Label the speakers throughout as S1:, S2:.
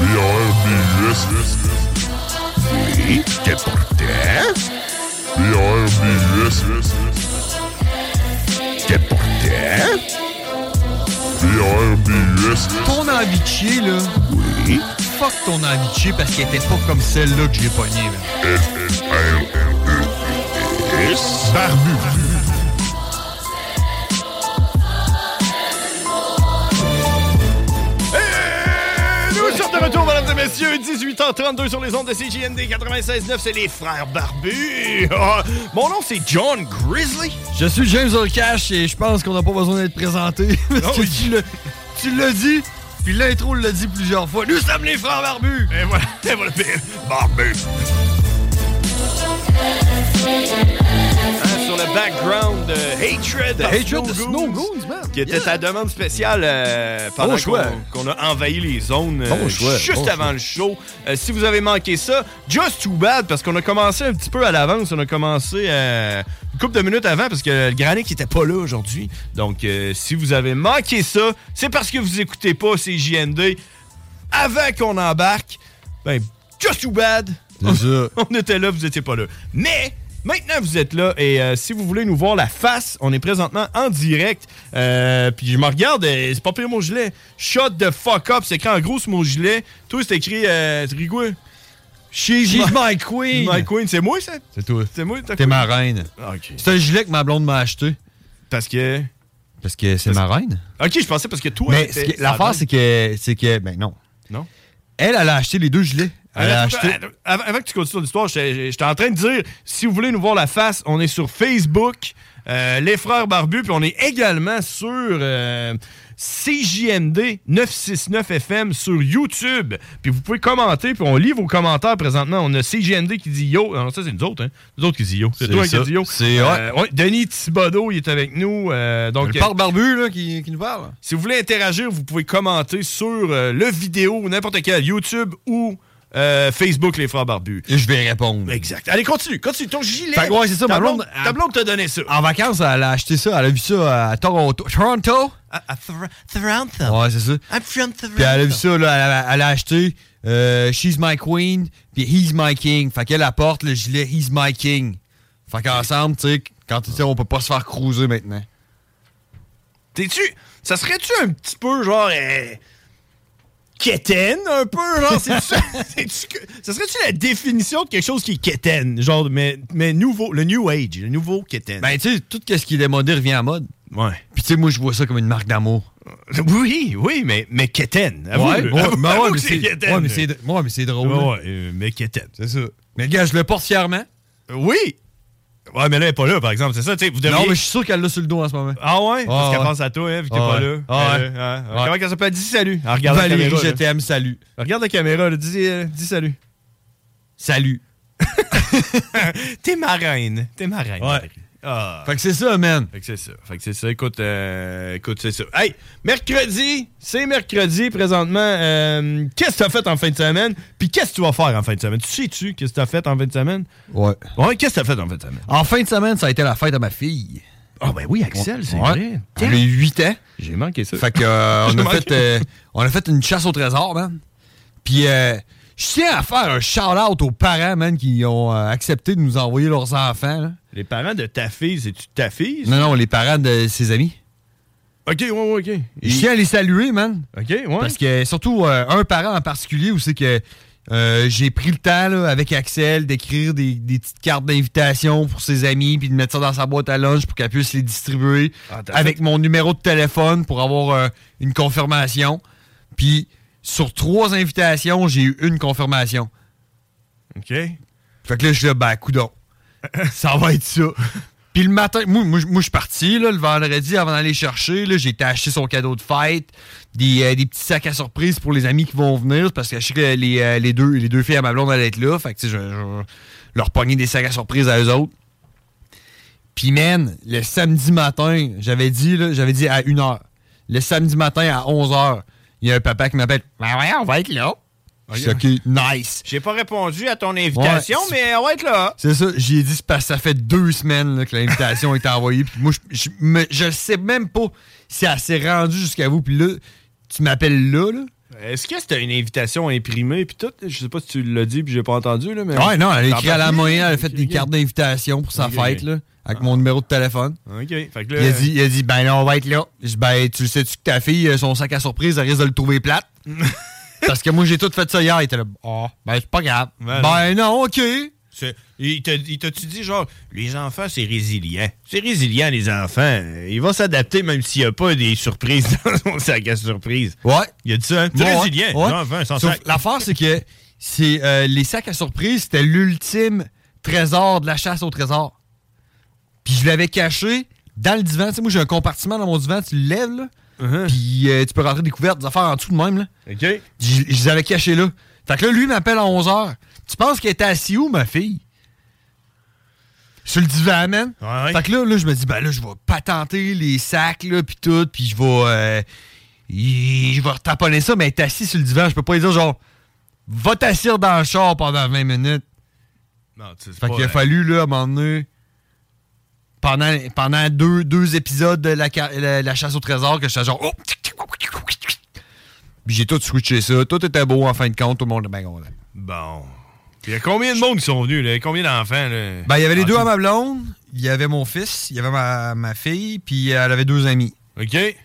S1: B-R-B-U-S. Oui. Quel
S2: hein?
S1: porteur. B-R-B-U-S. Quel
S2: hein?
S1: porteur. B-R-B-U-S.
S3: Ton envie de chier, là.
S1: Oui.
S3: Fuck ton envie de chier parce qu'elle était pas comme celle-là que j'ai pognée, man.
S1: F-R-E-S. Barbu.
S4: Nous sommes de retour, mesdames et messieurs, 18h32 sur les ondes de CJND 96.9, c'est les frères barbus. Ah, mon nom, c'est John Grizzly.
S3: Je suis James Olcash et je pense qu'on n'a pas besoin d'être présenté. parce que tu le- tu l'as dit, puis l'intro l'a dit plusieurs fois. Nous sommes les frères barbus!
S4: Et voilà, et voilà, bien, barbu. Hein, Sur le background de Hatred, of
S3: Hatred de
S4: Goons,
S3: Snow Goons, man.
S4: Qui était ta demande spéciale euh, pendant
S3: Bon choix.
S4: qu'on qu'on a envahi les zones euh,
S3: Bon choix,
S4: juste
S3: bon
S4: avant le show. Euh, si vous avez manqué ça, just too bad parce qu'on a commencé un petit peu à l'avance. On a commencé euh, une couple de minutes avant parce que le Granic n'était pas là aujourd'hui. Donc, euh, si vous avez manqué ça, c'est parce que vous écoutez pas ces JND avant qu'on embarque, ben, just too bad.
S3: C'est ça.
S4: On était là, vous étiez pas là. Mais maintenant, vous êtes là et euh, si vous voulez nous voir la face, on est présentement en direct. Euh, puis je me regarde, euh, c'est pas pire mon gilet. Shot de fuck up, c'est écrit en gros sur mon gilet. Toi, c'est écrit, euh, c'est écrit quoi?
S3: She's, my queen!
S4: My Queen, c'est moi ça?
S3: C'est toi.
S4: C'est moi, ta
S3: T'es
S4: queen?
S3: ma reine.
S4: Ah, Ok.
S3: C'est un gilet que ma blonde m'a acheté.
S4: Parce que.
S3: Parce que c'est ma reine.
S4: Ok, je pensais parce que toi.
S3: Mais
S4: t'es-
S3: ce qui- l'affaire, c'est que, c'est que. Ben non.
S4: Non?
S3: Elle, elle a acheté les deux gilets. Elle a
S4: Attends,
S3: acheté.
S4: attends, Avant, avant que tu continues ton histoire, j'étais j'étais en train de dire, si vous voulez nous voir la face, on est sur Facebook, euh, Les Frères Barbus, puis on est également sur euh, CJMD 969FM sur YouTube. Puis vous pouvez commenter, puis on lit vos commentaires présentement. On a CJMD qui dit yo. Non, ça, c'est nous autres, hein? Nous autres qui dit yo. C'est
S3: C'est
S4: toi
S3: ça.
S4: qui dit yo.
S3: C'est-
S4: Euh, ouais, Denis Thibodeau, il est avec nous. euh, donc,
S3: Le
S4: euh,
S3: parle barbu, là, qui, qui nous parle.
S4: si vous voulez interagir, vous pouvez commenter sur euh, le vidéo, n'importe quel, YouTube ou euh, Facebook, Les Frères Barbus.
S3: Et je vais répondre.
S4: Exact. Allez, continue, continue. Ton gilet.
S3: Fait que ouais, c'est ça,
S4: ta
S3: ma blonde-
S4: blonde. Ta blonde t'a donné ça.
S3: En vacances, elle a acheté ça. Elle a vu ça à Toronto. Toronto?
S4: Ah, Toronto.
S3: Ouais, c'est ça.
S4: I'm from
S3: Puis elle a vu ça, là, elle a, elle a acheté euh, She's my queen, puis He's my king. Fait qu'elle apporte le gilet He's my king. Fait qu'ensemble, tu sais, quand tu sais, on peut pas se faire cruiser maintenant.
S4: T'es-tu. Ça serait-tu un petit peu genre. Euh, quétaine, un peu? Genre, c'est-tu. c'est-tu que- ça serait-tu la définition de quelque chose qui est quétaine? Genre, mais, mais nouveau. Le New Age. Le nouveau quétaine.
S3: Ben, tu sais, tout ce qui est démodé revient en mode.
S4: ouais.
S3: Puis tu sais, moi, je vois ça comme une marque d'amour.
S4: Oui, oui, mais, mais quétaine. Avoue,
S3: Ouais, ouais,
S4: avoue-
S3: mais ouais,
S4: avoue que
S3: mais
S4: c'est
S3: c'est-
S4: quétaine.
S3: ouais, mais c'est ouais, mais c'est drôle.
S4: Ouais,
S3: là.
S4: ouais, euh, mais quétaine.
S3: C'est ça. Mais le gars, je le porte fièrement.
S4: Oui. Ouais, mais là, elle est pas là, par exemple. C'est ça, tu sais. Vous devriez.
S3: Non, mais je suis sûr qu'elle l'a sur le dos en ce moment.
S4: Ah ouais? Parce
S3: Ah
S4: qu'elle
S3: ouais.
S4: pense à toi, hein, vu que t'es
S3: Ah
S4: pas
S3: ouais.
S4: là.
S3: Ah
S4: Elle,
S3: ouais.
S4: hein.
S3: Ouais.
S4: Comment qu'elle s'appelle? Dis salut. Ah, regarde la
S3: Valérie,
S4: caméra.
S3: je
S4: là.
S3: t'aime, salut.
S4: Regarde la caméra, là. Dis, euh, dis salut.
S3: Salut.
S4: T'es ma reine. T'es ma reine.
S3: Ouais.
S4: Valérie. Ah.
S3: Fait que c'est ça, man.
S4: Fait que c'est ça. Fait que c'est ça. Écoute, euh, écoute, c'est ça. Hey, mercredi, c'est mercredi présentement. Euh, qu'est-ce que t'as fait en fin de semaine? Puis qu'est-ce que tu vas faire en fin de semaine? Tu sais-tu qu'est-ce que t'as fait en fin de semaine?
S3: Ouais.
S4: Ouais, qu'est-ce que t'as fait en fin de semaine?
S3: En fin de semaine, ça a été la fête à ma fille.
S4: Ah, ben oui, Axel, c'est
S3: Ouais.
S4: vrai.
S3: Elle a eu 8 ans.
S4: J'ai manqué ça.
S3: Fait que, euh,
S4: Je
S3: on, a
S4: manque.
S3: fait, euh, on a fait une chasse au trésor, man. Puis, euh, je tiens à faire un shout-out aux parents, man, qui ont euh, accepté de nous envoyer leurs enfants. là.
S4: Les parents de ta fille, c'est-tu ta fille? ça?
S3: Non, non, les parents de ses amis.
S4: Ok, ouais, ouais, ok.
S3: Je tiens à les saluer, man.
S4: Ok, ouais.
S3: Parce que, surtout, euh, un parent en particulier où c'est que euh, j'ai pris le temps, là, avec Axel, d'écrire des, des petites cartes d'invitation pour ses amis, puis de mettre ça dans sa boîte à lunch pour qu'elle puisse les distribuer
S4: Ah, t'as
S3: avec mon numéro de téléphone pour avoir euh, une confirmation. Puis, sur trois invitations, j'ai eu une confirmation.
S4: Ok.
S3: Fait que là, je suis là, ben, coudon. ça va être ça. Puis le matin, moi, moi, je- moi, je suis parti, là, le vendredi, avant d'aller chercher, là, j'ai été acheter son cadeau de fête, des, euh, des petits sacs à surprise pour les amis qui vont venir, parce que je sais que les, euh, les deux, les deux filles à ma blonde allaient être là, fait que, tu sais, je, je- leur pogner des sacs à surprise à eux autres. Puis, man, le samedi matin, j'avais dit, là, j'avais dit à 1h. Le samedi matin, à 11h, il y a un papa qui m'appelle. Ben ouais, on va être là. Je dis, OK, nice.
S4: J'ai pas répondu à ton
S3: invitation, Ouais,
S4: mais on va être là.
S3: C'est ça, j'y ai dit, c'est parce que ça fait deux semaines là, que l'invitation est envoyée. Puis moi, je, je, me- je sais même pas si elle s'est rendue jusqu'à vous. Puis là, tu m'appelles là, là?
S4: Est-ce que c'était une invitation imprimée puis tout? Je sais pas si tu l'as dit puis j'ai pas entendu là, mais.
S3: Ouais, non, elle a
S4: T'en
S3: écrit Ah. à la
S4: parles?
S3: moyenne, elle a fait
S4: Ok,
S3: des
S4: ok.
S3: cartes d'invitation pour sa
S4: Ok,
S3: fête,
S4: ok.
S3: là, avec mon numéro de téléphone.
S4: Ok. Fait que là.
S3: Il a, dit, il a dit, ben là, on va être là. Je dis, ben, tu le sais-tu que ta fille, euh, son sac à surprise, elle risque de le trouver plate? Parce que moi, j'ai tout fait ça hier. Il était là, oh, ben, c'est pas grave.
S4: Ben,
S3: ben non, OK.
S4: C'est- Il t'a- il t'a-tu dit, genre, les enfants, c'est résilient. C'est résilient, les enfants. Il va s'adapter même s'il n'y a pas des surprises dans son sac à surprise.
S3: Ouais.
S4: Il a dit ça, hein? C'est
S3: Ouais,
S4: résilient,
S3: ouais.
S4: les enfants, sans
S3: Sauf
S4: sac.
S3: L'affaire, c'est que c'est, euh, les sacs à surprise, c'était l'ultime trésor de la chasse au trésor. Puis je l'avais caché dans le divan. Tu sais, moi, j'ai un compartiment dans mon divan, tu le lèves, là.
S4: Uh-huh.
S3: Puis euh, tu peux rentrer des couvertes, des affaires en dessous de même, là.
S4: OK?
S3: Je, je les avais cachés là. Fait que là, lui m'appelle à 11h. Tu penses qu'elle était assise où, ma fille? Sur le divan, man.
S4: Ouais, ouais.
S3: Fait que là, là, je me dis, ben là, je vais patenter les sacs, là, pis tout, pis je vais. euh, y- je vais retaponner ça, mais elle est assise sur le divan. Je peux pas lui dire, genre, va t'assir dans le char pendant 20 minutes.
S4: Non, tu sais, c'est
S3: Fait
S4: pas,
S3: qu'il a
S4: euh,
S3: fallu, là, à un moment donné, pendant, pendant deux, deux épisodes de la, ca- la- la chasse au trésor, que j'étais genre. Oh! Puis j'ai tout switché ça. Tout était beau en fin de compte. Tout le monde ben, était bien content.
S4: Bon. Il y a combien de monde qui sont venus, là? Combien d'enfants, là? Ah,
S3: Ben, il y avait les
S4: En
S3: deux
S4: tout?
S3: à ma blonde. Il y avait mon fils. Il y avait ma, ma fille. Puis elle avait deux amis.
S4: OK? Ouais.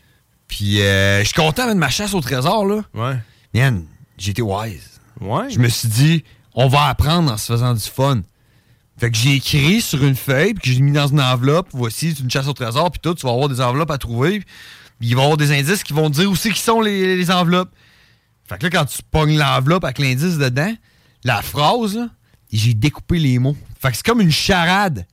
S3: Puis euh, je suis content avec ma chasse au trésor, là.
S4: Ouais.
S3: Man, j'étais wise. Je me suis dit, on va apprendre en se faisant du fun. Fait que j'ai écrit sur une feuille, puis que j'ai mis dans une enveloppe. Voici c'est une chasse au trésor, puis tout. Tu vas avoir des enveloppes à trouver. Puis il va y avoir des indices qui vont te dire où c'est qui sont les, les enveloppes. Fait que là, quand tu pognes l'enveloppe avec l'indice dedans, la phrase, là, j'ai découpé les mots. Fait que c'est comme une charade.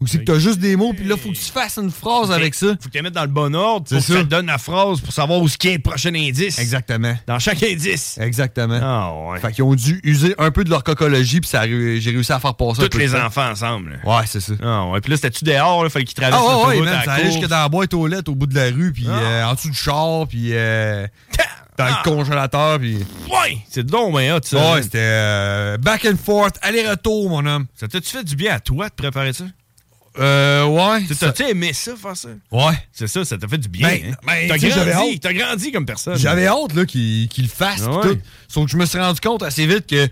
S3: Où c'est que t'as juste des mots, puis là, faut que tu fasses une phrase avec ça.
S4: Faut que tu les mettes dans le bon ordre
S3: C'est
S4: pour que
S3: ça.
S4: ça te donne la phrase pour savoir où ce qui est le prochain indice.
S3: Exactement.
S4: Dans chaque indice.
S3: Exactement.
S4: Ah, ouais.
S3: Fait qu'ils ont dû user un peu de leur cocologie, puis ça a ré- j'ai réussi à faire passer un
S4: Tous
S3: peu de
S4: les
S3: temps.
S4: enfants ensemble. là.
S3: Ouais, c'est ça.
S4: Ah ouais, puis là, c'était-tu dehors, là, fallait qu'il traverse
S3: Ah ouais, ouais,
S4: l'autoroute
S3: man,
S4: à
S3: ça
S4: la
S3: allait
S4: course?
S3: jusque dans la boîte aux lettres au bout de la rue, puis
S4: Ah.
S3: euh, en dessous du char, puis euh, dans
S4: Ah.
S3: le congélateur, puis...
S4: Ouais! C'est donc mais hot, ça.
S3: Ouais, c'était euh, back and forth, aller-retour, mon homme.
S4: ça t'a-tu fait du bien à toi de préparer ça?
S3: Euh, ouais.
S4: Tu-
S3: ça-
S4: T'as-tu aimé ça, faire ça?
S3: Ouais.
S4: C'est ça, ça t'a fait du bien.
S3: Ben,
S4: hein?
S3: ben,
S4: t'as
S3: tu sais, j'avais
S4: grandi,
S3: hâte.
S4: t'as grandi comme personne.
S3: J'avais hâte, là, qu'il qu'il le fasse,
S4: Ah
S3: puis
S4: ouais.
S3: tout. Sauf que je me suis rendu compte assez vite que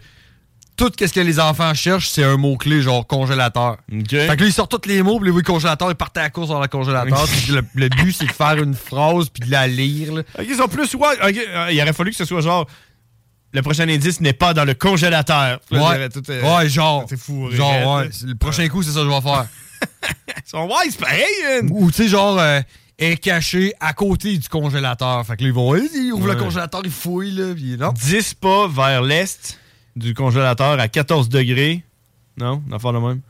S3: tout ce que les enfants cherchent, c'est un mot-clé, genre congélateur.
S4: OK.
S3: Fait que là, ils sortent tous les mots, puis là, oui, congélateur, ils partaient à la course dans le congélateur, puis le, le but, c'est de faire une phrase, puis de la lire, là.
S4: Ok, ils sont plus. Ouais, ok, euh, il aurait fallu que ce soit genre. Le prochain indice n'est pas dans le congélateur. Là, j'aurais
S3: Ouais,
S4: tout, euh,
S3: ouais, genre.
S4: t'es fourré,
S3: genre,
S4: raide,
S3: ouais,
S4: là.
S3: c'est le prochain coup, c'est ça que je vais faire.
S4: Ils sont wise pareil, hein?
S3: Ou, tu sais, genre, euh, est caché à côté du congélateur. Fait que là, ils vont, ils ouvrent
S4: Ouais.
S3: le congélateur, ils fouillent, là, puis non.
S4: 10 pas vers l'est du congélateur à 14 degrés. Non, on va faire le même.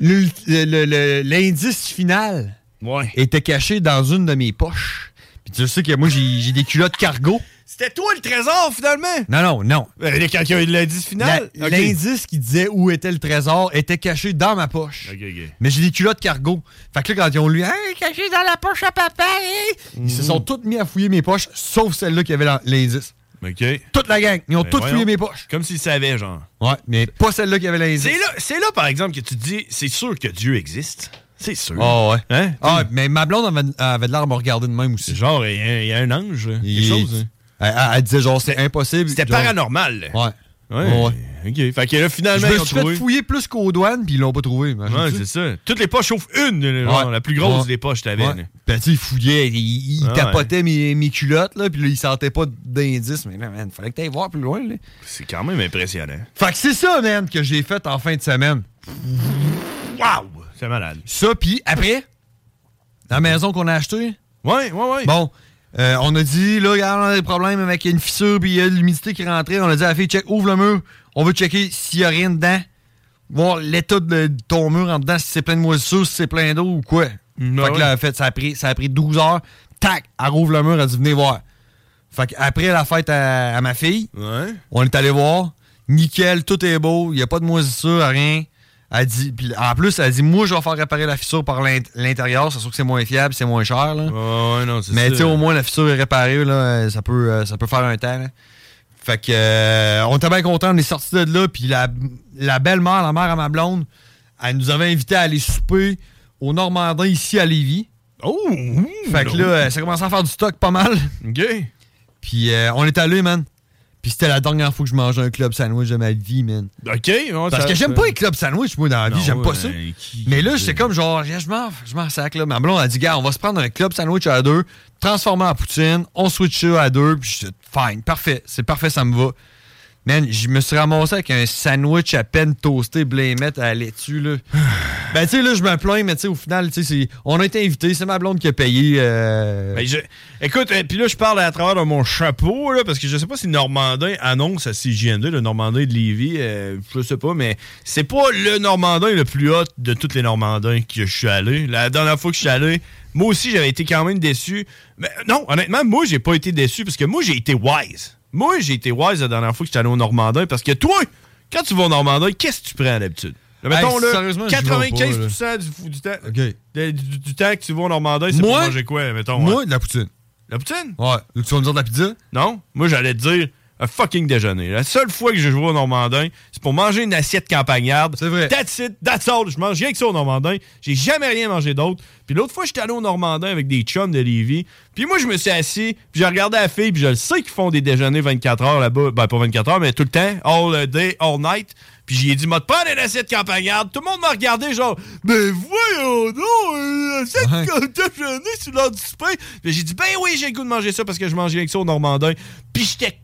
S3: Le- le- le- L'indice final
S4: Ouais.
S3: était caché dans une de mes poches. Puis tu sais que moi, j'ai j'ai des culottes cargo.
S4: C'était toi le trésor finalement!
S3: Non, non, non.
S4: Euh, Quand il y a eu l'indice
S3: La-
S4: final? Ok.
S3: L'indice qui disait où était le trésor était caché dans ma poche.
S4: Ok, ok.
S3: Mais j'ai des culottes cargo. Fait que là, quand ils ont lu, hey, caché hein?
S4: Mhm.
S3: dans la poche à papa, hein? ils se sont tous mis à fouiller mes poches, sauf celle-là qui avait la- l'indice.
S4: OK.
S3: Toute la gang. Ils ont
S4: Ben
S3: toutes
S4: voyons.
S3: fouillé mes poches.
S4: Comme s'ils savaient, genre.
S3: Ouais, mais pas celle-là qui avait la
S4: C'est là, c'est là, par exemple, que tu te dis, c'est sûr que Dieu existe. C'est sûr.
S3: Ah ouais.
S4: Hein?
S3: Ah, mais ma blonde avait, avait de l'air à me regarder de même aussi.
S4: Genre, il y, a- il y a un ange, quelque
S3: Il-
S4: chose. hein.
S3: Elle, elle- elle disait genre, c'est impossible.
S4: C'était
S3: Genre-
S4: paranormal.
S3: Ouais.
S4: Ouais. OK. Fait que là,
S3: Je
S4: finalement,
S3: me
S4: ils ont
S3: suis fait
S4: trouvé.
S3: fouiller plus qu'aux douanes, puis ils l'ont pas trouvé. imagine-tu?
S4: Ouais, c'est ça. Toutes les poches sauf une, là, genre,
S3: Ouais.
S4: la plus grosse
S3: Ouais.
S4: des poches, t'avais. là.
S3: Ouais. Ben, tu sais, il fouillait, il, il
S4: Ah,
S3: tapotait mes, mes culottes, là, puis là, il sentait pas d'indice. Mais, man, fallait que t'ailles voir plus loin, là.
S4: C'est quand même impressionnant.
S3: Fait que c'est ça, man, que j'ai fait en fin de semaine.
S4: Waouh! C'est malade.
S3: Ça, puis après, la maison qu'on a achetée,
S4: Ouais, ouais, ouais.
S3: bon, euh, on a dit, là, regarde, on a des problèmes avec une fissure, puis il y a de l'humidité qui rentrait. On a dit à la fille, check, ouvre le mur. On veut checker s'il y a rien dedans. Voir l'état de de ton mur en dedans, si c'est plein de moisissures, si c'est plein d'eau ou quoi.
S4: Ben
S3: fait que
S4: ouais.
S3: là, en fait, ça a pris, ça a pris 12 heures. Tac, elle rouvre le mur, elle dit, venez voir. Fait que après la fête à- à ma fille,
S4: Ouais.
S3: on est allé voir. Nickel, tout est beau. Il n'y a pas de moisissure, rien. Elle dit, puis en plus, elle dit Moi, je vais faire réparer la fissure par l'int- l'intérieur. C'est sûr que c'est moins fiable, c'est moins cher. là.
S4: Ouais, ouais, non, c'est
S3: Mais tu sais,
S4: ça.
S3: au moins, la fissure est réparée. Là, euh, ça, peut, euh, ça peut faire un temps. là. Fait que, euh, on était bien contents. On est sortis de là. Puis la, la belle-mère, la mère à ma blonde, elle nous avait invités à aller souper au Normandin, ici à Lévis.
S4: Oh! ouh,
S3: Fait que là, euh, ça commençait à faire du stock pas mal.
S4: OK.
S3: Puis euh, on est allé, man. Puis c'était la dernière fois que je mangeais un club sandwich de ma vie, man.
S4: OK. ouais,
S3: Parce
S4: ça-
S3: que j'aime pas les clubs sandwich, moi, dans la vie,
S4: Non,
S3: j'aime
S4: ouais,
S3: pas ça.
S4: mais qui-
S3: Mais là, j'étais comme genre, je m'en, je m'en sac, là. Ma blonde a dit, gars, on va se prendre un club sandwich à deux, transformer en poutine, on switch ça à deux, puis je fine, parfait, c'est parfait, ça me va. Man, je me suis ramassé avec un sandwich à peine toasté, blémette à la laitue, là. ben, tu sais, là, je me plains, mais tu sais, au final, tu sais, c'est- on a été invités, c'est ma blonde qui a payé. euh,
S4: Ben, je- Écoute, euh, puis là, je parle à travers de mon chapeau, là, parce que je sais pas si Normandin annonce à CJN2, le Normandin de Lévis, euh, je sais pas, mais c'est pas le Normandin le plus hot de tous les Normandins que je suis allé. La dernière fois que je suis allé, moi aussi, j'avais été quand même déçu. Mais non, honnêtement, moi, j'ai pas été déçu, parce que moi, j'ai été wise. Moi, j'ai été wise la dernière fois que je suis allé au Normandin, parce que toi, quand tu vas au Normandin, qu'est-ce que tu prends d'habitude? Là,
S3: Hey,
S4: Mettons, là,
S3: sérieusement, j'y vais pas, là.
S4: 95% du, du temps,
S3: Ok.
S4: de- du, du temps que tu vas au Normandin, c'est pour
S3: Moi?
S4: manger quoi, mettons? hein?
S3: Moi, de la poutine.
S4: La poutine?
S3: Ouais. Tu vas me dire de la pizza?
S4: Non? Moi, j'allais te dire un fucking déjeuner. La seule fois que je joue au Normandin, c'est pour manger une assiette campagnarde.
S3: C'est vrai.
S4: That's it, that's all. Je mange rien que ça au Normandin. J'ai jamais rien mangé d'autre. Puis l'autre fois, j'étais allé au Normandin avec des chums de Lévis. Puis moi, je me suis assis, puis j'ai regardé la fille, puis je le sais qu'ils font des déjeuners 24 heures là-bas. Ben, pas 24 heures, mais tout le temps. All day, all night. Puis j'ai dit, m'a pas une assiette campagnarde. Tout le monde m'a regardé, genre, mais voyons donc, une assiette
S3: Ouais.
S4: comme déjeuner sur l'heure du pain. J'ai dit, ben oui, j'ai le goût de manger ça parce que je mange rien que ça au Normandin. Puis j'étais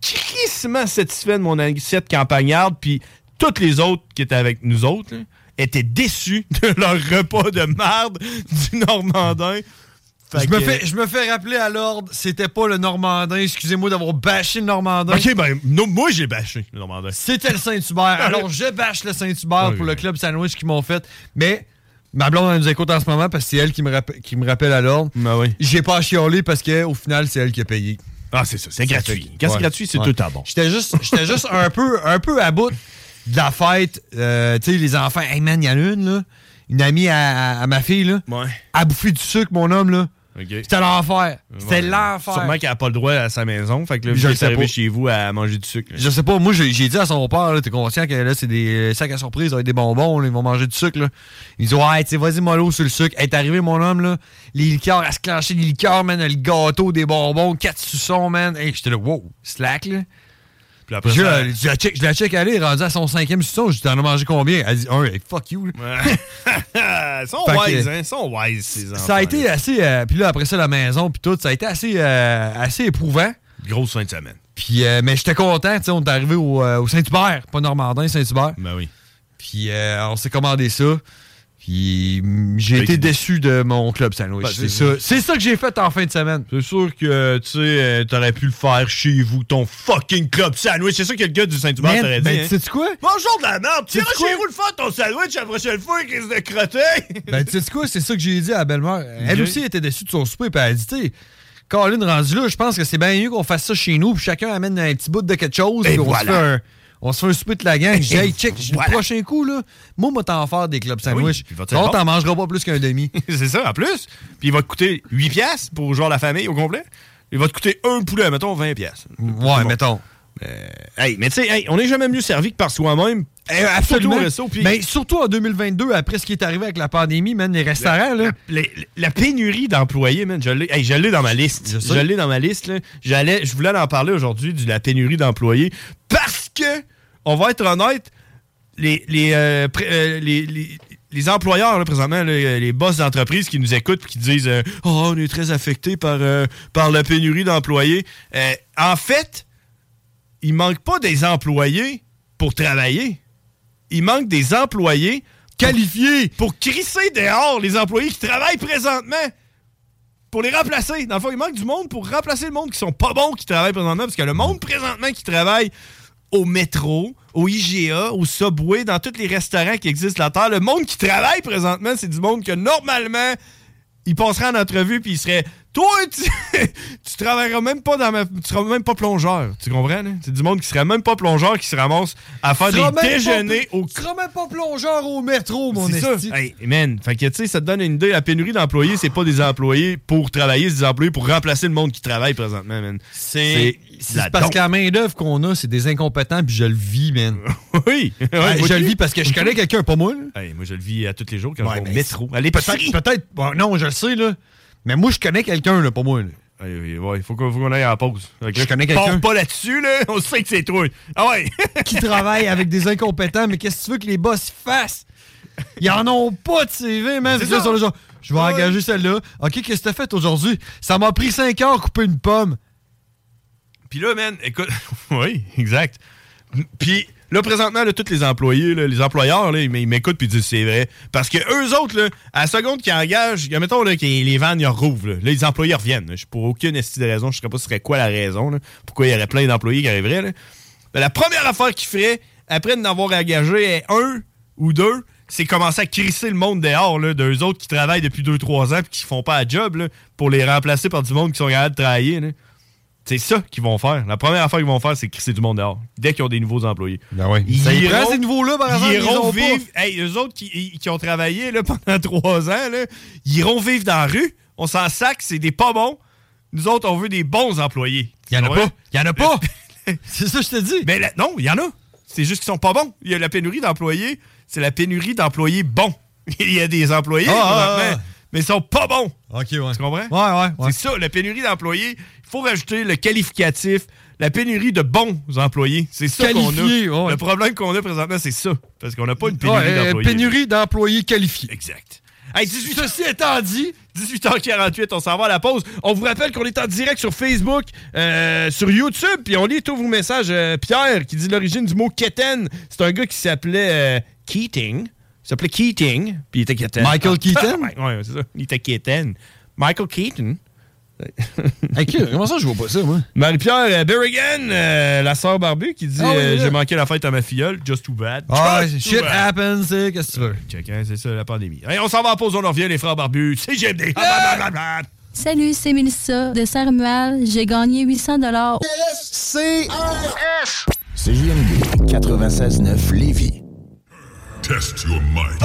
S4: crissement satisfait de mon assiette campagnarde. Puis toutes les autres qui étaient avec nous autres là, étaient déçus de leur repas de merde du Normandin. Fait
S3: Je me,
S4: que-
S3: fais, je me fais rappeler à l'ordre, c'était pas le Normandin, excusez-moi d'avoir bâché le Normandin.
S4: Ok, ben, non, moi j'ai bâché le Normandin.
S3: C'était le Saint-Hubert. Alors je bâche le Saint-Hubert
S4: Ah Oui.
S3: pour le club sandwich qu'ils m'ont fait. Mais ma blonde elle nous écoute en ce moment parce que c'est elle qui me, rappe- qui me rappelle à l'ordre.
S4: Ben oui.
S3: J'ai pas à chialer parce qu'au final, c'est elle qui a payé.
S4: Ah, c'est ça, c'est
S3: Ça
S4: gratuit.
S3: fait-
S4: Quand
S3: ouais.
S4: c'est gratuit, c'est
S3: Ouais.
S4: tout à bon.
S3: J'étais juste, j'étais juste un, peu, un peu à bout de la fête. Euh, tu sais, les enfants, hey man, il y en a une, là, une amie à, à- à ma fille, là,
S4: Ouais.
S3: à bouffer du sucre, mon homme. là.
S4: Ok.
S3: C'était l'enfer. C'était l'enfer.
S4: Sûrement qu'elle n'a pas le droit à sa maison. Fait que là,
S3: Je
S4: vous
S3: le
S4: êtes
S3: sais
S4: arrivé
S3: pas.
S4: chez vous à manger du sucre. là.
S3: Je sais pas, moi j'ai j'ai dit à son père, là, t'es conscient que là c'est des euh, sacs à surprise avec des bonbons, là, ils vont manger du sucre. Là. Ils disent ouais, tu sais, vas-y mollo sur le sucre. Hey, t'es arrivé mon homme là, les liqueurs à se clencher, les liqueurs, man, le gâteau, des bonbons, quatre suçons, man. Hey, j'étais là, wow, slack là.
S4: Puis après
S3: Je,
S4: ça- hein.
S3: euh, je la check, je la check aller, rendue à son cinquième suçon, je dis t'en as mangé combien? Elle dit un, hey, fuck you. là.
S4: Ils sont
S3: Fait que-
S4: wise, hein? Ils sont wise, ces enfants.
S3: Ça a été assez. euh, puis là, après ça, la maison, puis tout, ça a été assez, euh, assez éprouvant.
S4: Grosse fin de semaine.
S3: Puis, euh, mais j'étais content, tu sais, on est arrivé au, euh, au Saint-Hubert, pas Normandin, Saint-Hubert.
S4: Ben oui.
S3: Puis euh, on s'est commandé ça. Puis mm, j'ai
S4: Fait
S3: été
S4: que-
S3: déçu de mon club sandwich.
S4: Bah,
S3: c'est
S4: c'est-
S3: ça, c'est ça que j'ai fait en fin de semaine.
S4: C'est sûr que, tu sais, euh, t'aurais pu le faire chez vous, ton fucking club sandwich. C'est sûr que le gars du Saint-Hubert t'aurait dit. hein.
S3: tu sais ben, quoi?
S4: Bonjour de la merde! Tu iras
S3: quoi?
S4: chez vous le faire ton sandwich la prochaine fois, crise de crotté!
S3: Ben, tu sais quoi? C'est ça que j'ai dit à la belle-mère. Elle
S4: Ok.
S3: aussi était déçue de son souper. Puis elle a dit, tu sais, Colin rendu là, je pense que c'est bien mieux qu'on fasse ça chez nous. Puis chacun amène un petit bout de quelque chose.
S4: Et
S3: puis on, se
S4: voilà.
S3: fait un, on se fait un souper de la gang. J'ai dit, hey, check,
S4: voilà.
S3: le prochain coup, là, moi, moi, t'en faire des clubs sandwich.
S4: puis va-t'en
S3: Donc,
S4: bon.
S3: t'en mangeras pas plus qu'un demi.
S4: C'est ça, en plus. Puis il va te coûter 8 piastres pour genre la famille au complet. Il va te coûter un poulet, mettons 20$. pièces. Ouais, mettons. hey, mais tu sais, hey, on n'est jamais mieux servi que par soi-même. Hey,
S3: Eh,
S4: Absolument. Eh,
S3: Absolument.
S4: Ben, Resto, puis-
S3: Mais surtout en 2022, après ce qui est arrivé avec la pandémie, man, les restaurants, là.
S4: La, la pénurie d'employés, man, je l'ai hey, je l'ai dans ma liste. Je,
S3: sais.
S4: l'ai dans ma liste. là. J'allais, je voulais en parler aujourd'hui de la pénurie d'employés parce que, on va être honnête, les, les, euh, pré- euh, les, les- les employeurs, là, présentement, là, euh, les boss d'entreprise qui nous écoutent et qui disent euh, Oh, on est très affecté par, euh, par la pénurie d'employés. Euh, en fait, il manque pas des employés pour travailler. Il manque des employés qualifiés pour crisser dehors les employés qui travaillent présentement. Pour les remplacer. Dans le fond, il manque du monde pour remplacer le monde qui sont pas bons qui travaillent présentement. Parce que le monde présentement qui travaille au métro, au IGA, au Subway, dans tous les restaurants qui existent la Terre, le monde qui travaille présentement, c'est du monde que normalement, il passerait en entrevue puis il serait toi tu, tu travailleras même pas dans ma tu seras même pas plongeur tu comprends là? c'est du monde qui serait même pas plongeur qui se ramasse à faire
S3: Tu seras même
S4: des
S3: pas-
S4: déjeuners au
S3: Tu seras même pas plongeur au métro, mon
S4: c'est ça.
S3: esti.
S4: Hey, man, fait que, tu sais, ça te donne une idée. La pénurie d'employés, c'est pas des employés pour travailler, c'est des employés pour remplacer le monde qui travaille présentement, man.
S3: C'est
S4: C'est
S3: c'est
S4: la
S3: parce
S4: dompe.
S3: que la main d'œuvre qu'on a, c'est des incompétents, puis je le vis, man.
S4: Oui.
S3: Ouais,
S4: moi
S3: je le
S4: aussi.
S3: vis parce que je connais quelqu'un, pas moi. là.
S4: Hey, moi, je le vis à tous les jours quand
S3: Ouais,
S4: je vais
S3: mais
S4: au métro.
S3: c'est-
S4: Allez,
S3: Peut-être,
S4: peut-être.
S3: peut-être. bon, non, je le sais, là. Mais moi, je connais quelqu'un, là, pas moi. là.
S4: Ouais, faut qu'on faut qu'on aille en pause. Fait que
S3: Je connais
S4: pars
S3: quelqu'un.
S4: pas là-dessus, là. On sait que c'est toi. Ah ouais.
S3: Qui travaille avec des incompétents, mais qu'est-ce que tu veux que les boss fassent? Ils en ont pas de CV, man.
S4: C'est
S3: Puis là,
S4: ça.
S3: ils sont là, genre, je vais
S4: Ouais.
S3: engager celle-là. OK, qu'est-ce que t'as fait aujourd'hui? Ça m'a pris 5 heures à couper une pomme.
S4: Puis là, man, écoute, oui, exact. M- Puis là, présentement, là, tous les employés, là, les employeurs, là, ils m- ils m'écoutent puis ils disent c'est vrai. Parce que eux autres, là, à la seconde qu'ils engagent, que, mettons là, que les vannes ils rouvrent, là, Là, les employés reviennent. là. Je Pour aucune esti de raison, je ne sais pas ce serait quoi la raison. là. pourquoi il y aurait plein d'employés qui arriveraient. là. Ben, la première affaire qu'ils feraient, après de n'avoir engagé eh, un ou deux, c'est commencer à crisser le monde dehors, là, d'eux autres qui travaillent depuis 2-3 ans et qui font pas la job, là, pour les remplacer par du monde qui sont capables de travailler. là. C'est ça qu'ils vont faire. La première affaire qu'ils vont faire, c'est crisser du monde dehors. Dès qu'ils ont des nouveaux employés.
S3: Ben ouais.
S4: Ils
S3: Ça y
S4: iront-
S3: prend ces nouveaux-là, par exemple.
S4: Ils
S3: ils les
S4: iront
S3: ont pas.
S4: vivre. Hey, eux autres qui, i- qui ont travaillé là, pendant trois ans, là, ils iront vivre dans la rue. On s'en sac, c'est des pas bons. Nous autres, on veut des bons employés.
S3: Il y en a
S4: Ouais.
S3: pas. Il y en a pas. C'est ça que je te dis.
S4: Mais la- non, il y en a. C'est juste qu'ils sont pas bons. Il y a la pénurie d'employés. C'est la pénurie d'employés bons. Il y a des employés,
S3: Ah, ah,
S4: présentement,
S3: ah.
S4: mais ils sont pas bons.
S3: OK, ouais.
S4: Tu comprends?
S3: Ouais, ouais, ouais.
S4: C'est ça, la pénurie d'employés. Il faut rajouter le qualificatif, la pénurie de bons employés. C'est ça qu'on
S3: Qualifiés,
S4: a.
S3: ouais.
S4: Le problème qu'on a présentement, c'est ça. Parce qu'on n'a pas une pénurie
S3: Ouais, euh,
S4: d'employés.
S3: pénurie d'employés qualifiés.
S4: Exact. Hey, 18
S3: Ceci étant dit,
S4: 18h48, on s'en va à la pause. On vous rappelle qu'on est en direct sur Facebook, euh, sur YouTube, puis on lit tous vos messages. Euh, Pierre, qui dit l'origine du mot keten, c'est un gars qui s'appelait euh, Keating. Il s'appelait Keating, puis il était keten.
S3: Michael Keaton?
S4: Ouais, ouais, c'est ça. Il était keten. Michael Keaton.
S3: Ok, comment ça je vois pas ça, moi?
S4: Marie-Pierre euh, Berrigan, euh, la sœur barbue, qui dit
S3: Ah oui,
S4: euh,
S3: là.
S4: J'ai manqué la fête à ma filleule, just too bad.
S3: Ah,
S4: Just too
S3: shit
S4: bad.
S3: happens, eh, qu'est-ce que tu veux?
S4: Check, hein, c'est ça, la pandémie. Hey, on s'en va en pause, on en revient, les frères barbus. C'est GMD.
S3: Ah.
S4: Blablabla.
S5: Salut, c'est Mélissa de Saint-Romuald. J'ai gagné 800 dollars.
S6: CJMD 96.9 Lévis.
S1: Test your mind.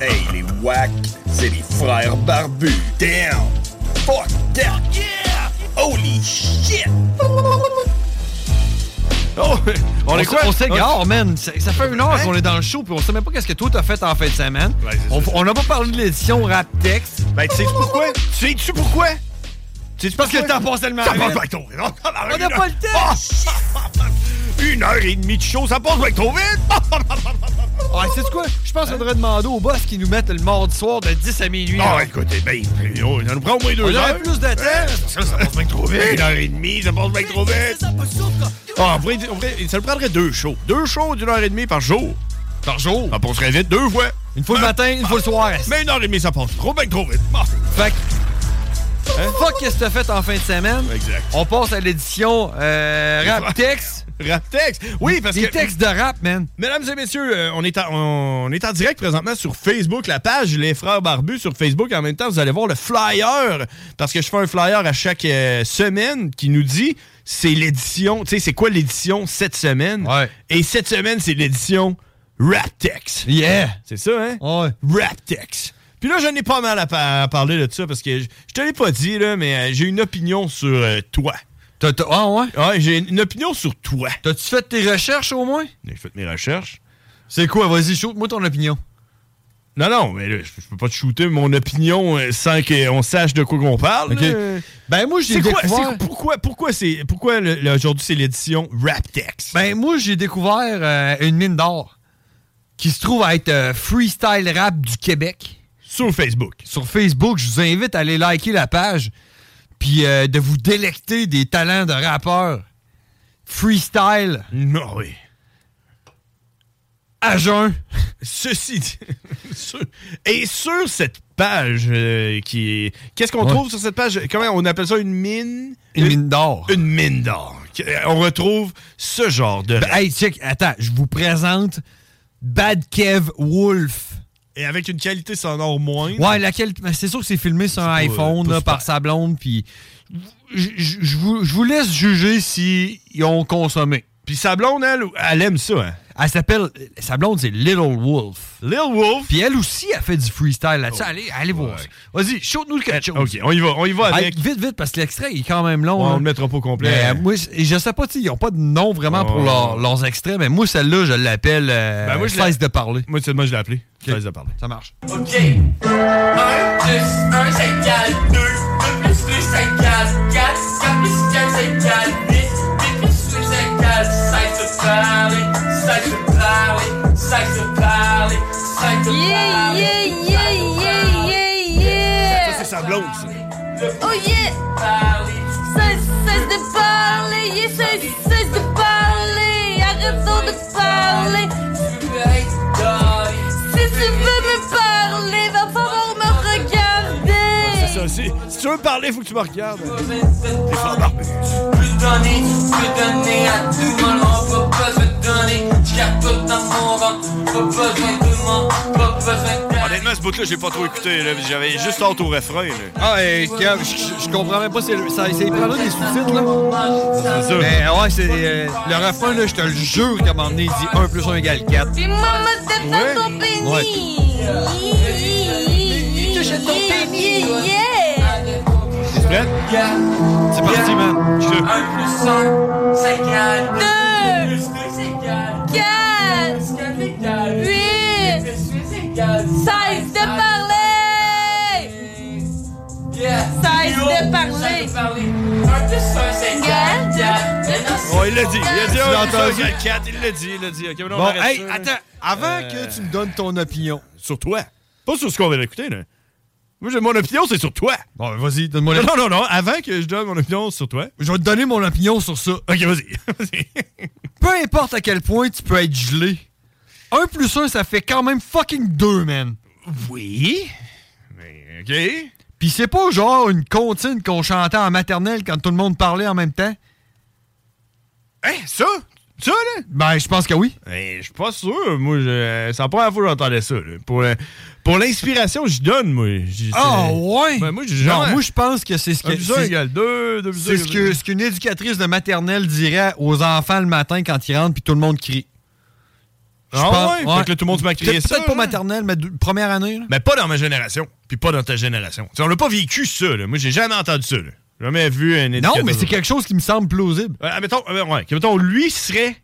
S6: Hey, les WAC, c'est les frères barbus. Damn! Fuck that! Yeah! Holy shit!
S4: Oh, on est
S3: s-
S4: quoi? Ah.
S3: On s'égare, man. Ça, ça fait une heure
S4: Hein?
S3: qu'on est dans le show, puis on sait même pas qu'est-ce que toi t'as fait en fin de semaine.
S4: Ouais, c'est
S3: On-
S4: ça.
S3: on n'a pas parlé de l'édition rap texte.
S4: Ben, tu sais-tu pourquoi? Tu sais-tu pourquoi? Tu sais-tu
S3: Parce que le
S4: pourquoi?
S3: temps passe tellement
S4: Ça passe
S3: vite.
S4: bien trop vite. On
S3: On n'a pas le temps.
S4: Une heure et demie de show, ça passe bien trop vite!
S6: Ah,
S3: Ouais, c'est quoi? Je pense qu'on devrait demander aux boss qu'ils nous mettent le mardi soir de 10 à minuit.
S4: Non,
S3: là.
S4: écoutez, ben, on ça nous prend au moins deux
S3: On
S4: heures.
S3: aurait plus de temps.
S4: Hein? Parce que là, ça passe bien trop vite. Une heure et demie, ça passe bien trop vite. Ah, en vrai, en vrai, ça nous prendrait deux shows. Deux shows d'une heure et demie par jour.
S3: Par jour.
S4: Ça passerait vite deux fois.
S3: Une fois le matin, une fois le soir.
S4: Mais une heure et demie, ça passe trop bien trop vite. Ah,
S3: Fait que. Fuck, qu'est-ce que t'as fait en fin de semaine?
S4: Exact.
S3: On passe à l'édition euh, rap texte.
S4: Rap texte. Oui, parce
S3: Des
S4: que...
S3: textes de rap, man.
S4: Mesdames et messieurs, euh, on, est en, on est en direct présentement sur Facebook, la page Les Frères Barbus sur Facebook. En même temps, vous allez voir le flyer, parce que je fais un flyer à chaque euh, semaine qui nous dit c'est l'édition, tu sais, c'est quoi l'édition cette semaine.
S3: Ouais.
S4: Et cette semaine, c'est l'édition Raptex.
S3: Yeah.
S4: C'est ça, hein?
S3: Ouais.
S4: Raptex. Puis là, j'en ai pas mal à, pa- à parler de ça parce que je, je te l'ai pas dit, là, mais euh, j'ai une opinion sur euh, toi.
S3: Ah ouais?
S4: Ouais, j'ai une opinion sur toi.
S3: T'as-tu fait tes recherches au moins?
S4: J'ai fait mes recherches.
S3: C'est quoi? Vas-y, shoot, moi ton opinion.
S4: Non, non, mais là, je, je peux pas te shooter mon opinion euh, sans qu'on sache de quoi qu'on parle.
S3: Ok.
S4: là. Euh,
S3: Ben moi j'ai
S4: C'est quoi,
S3: découvert.
S4: c'est- pourquoi, pourquoi, c'est, pourquoi le- le- aujourd'hui c'est l'édition Rap Text?
S3: Ben moi j'ai découvert euh, une mine d'or qui se trouve à être euh, freestyle rap du Québec.
S4: sur Facebook.
S3: sur Facebook. Je vous invite à aller liker la page puis euh, de vous délecter des talents de rappeurs freestyle
S4: Non, oui.
S3: à jeun.
S4: Ceci dit, sur- et sur cette page euh, qui est... Qu'est-ce qu'on
S3: Ouais.
S4: trouve sur cette page? Comment on appelle ça? Une mine?
S3: Une mine d'or.
S4: Une mine d'or. Qu- On retrouve ce genre de...
S3: Ben,
S4: rap.
S3: hey, check, attends, je vous présente Bad Kev Wolf.
S4: Et avec une qualité sonore moindre.
S3: Ouais, laquelle. mais C'est sûr que c'est filmé sur un
S4: C'est pas,
S3: iPhone
S4: pas
S3: là,
S4: super.
S3: par sa blonde, puis. Je je- je vous, je vous laisse juger si ils ont consommé.
S4: Puis sa blonde, elle, elle aime ça. hein.
S3: Elle s'appelle. Sa blonde, c'est Little Wolf.
S4: Lil Wolf.
S3: Puis elle aussi, elle fait du freestyle là-dessus. allez, allez voir.
S4: ouais.
S3: ça. Vas-y, shoot-nous le quelque chose.
S4: OK, on y va. On y va
S3: Hey,
S4: avec...
S3: vite, vite, parce que l'extrait il est quand même long.
S4: on
S3: hein.
S4: le mettra pas au complet.
S3: Mais, euh, moi, je- je sais pas, tu sais, ils n'ont pas de nom vraiment pour
S4: Ouais.
S3: leur- leurs extraits, mais moi, celle-là, je l'appelle euh,
S4: Ben, moi, je
S3: Cesse de parler.
S4: Moi, c'est moi, je l'ai appelé. Je te laisse de parler.
S3: Ça marche.
S7: Ok. 1, 2, 1, ça égale 2. 2 plus 2, ça égale 4. 4 plus 4, ça égale 8. 8 plus 8, ça égale 5 de parler. 5 de parler. 5 de parler. 5 de
S5: Yeah,
S7: parler.
S5: yeah, yeah, yeah, yeah, yeah.
S4: c'est sa blonde, ça.
S5: Oh yeah, cesse, cesse de parler, yeah, cesse, cesse de parler, arrêtons de parler. Si tu veux me parler, va falloir me regarder.
S4: si, si tu veux me parler, faut que tu me regardes.
S7: peux donner, tu peux donner à tout le monde, on va pas se donner. Je garde tout dans mon ventre, pas besoin de moi, pas besoin de
S4: Honnêtement, ce bout-là, j'ai pas trop écouté. là. J'avais juste hâte au refrain. là.
S3: Ah, et Kev, je, je comprends même pas, c'est ça, c'est il prend là des sous-titres, là.
S4: C'est ça.
S3: Mais ouais, c'est. euh, le refrain, là, je te le jure qu'à un moment donné, il dit 1 plus 1 égale 4.
S5: Puis maman te fait ton pénis. Yeah, yeah, yeah, yeah.
S4: T'es prête? C'est parti, man. Je-
S7: 1 plus 1, ça égale
S5: Deux,
S7: 2. Plus 2, ça égale
S5: quatre,
S7: 4. 4 égale 8.
S5: huit,
S7: Plus 8, ça égale
S5: cesse de parler.
S7: Yeah.
S5: Cesse
S7: Yo,
S5: de parler.
S7: cesse de parler. 1 plus 1, ça égale 4.
S4: Oh, il l'a dit. Il a dit, oh,
S3: Tu l'as
S4: il l'a
S3: entendu?
S4: dit. Il a dit, Il l'a dit. Il l'a dit. Ok, maintenant, on
S3: Bon,
S4: arrête
S3: hey,
S4: ça.
S3: attends, avant
S4: Euh,
S3: que tu me donnes ton opinion.
S4: Sur toi. Pas sur ce qu'on vient d'écouter, là. Moi, j'ai- mon opinion, c'est sur toi.
S3: Bon, vas-y, donne-moi
S4: Non,
S3: l'opinion.
S4: non, non, non. Avant que je donne mon opinion sur toi.
S3: Je vais te donner mon opinion sur ça.
S4: Ok, vas-y. Vas-y.
S3: Peu importe à quel point tu peux être gelé, 1 plus 1, ça fait quand même fucking 2, man.
S4: oui. Mais, ok. Eh,
S3: Pis c'est pas genre une comptine qu'on chantait en maternelle quand tout le monde parlait en même temps?
S4: Hein, ça? Ça, là?
S3: Ben, je pense que oui.
S4: Eh, je suis pas sûr. Moi, je... c'est la première fois que j'entendais ça. là. Pour, euh, pour l'inspiration, je donne, moi. J'ai- c'est-
S3: Ah, ouais!
S4: Ben, moi, j'ai
S3: Genre,
S4: jamais-
S3: moi, je pense que c'est ce
S4: Un
S3: que.
S4: plus un
S3: C'est
S4: égale deux, deux plus un
S3: c'est ce
S4: égale
S3: que- ce qu'une éducatrice de maternelle dirait aux enfants le matin quand ils rentrent puis tout le monde crie. Je
S4: Ah
S3: pense-
S4: ouais? Fait que là, tout le monde se met à crier
S3: Peut-être-
S4: ça,
S3: Peut-être pas
S4: là.
S3: maternelle, mais de- première année. là.
S4: Mais pas dans ma génération, puis pas dans ta génération. T'sais, on n'a pas vécu ça, là. Moi, j'ai jamais entendu ça, là. Jamais vu un
S3: Non,
S4: étiquette
S3: mais
S4: de-
S3: c'est quelque chose qui me semble plausible.
S4: Euh, admettons, euh, ouais, que, admettons, lui serait...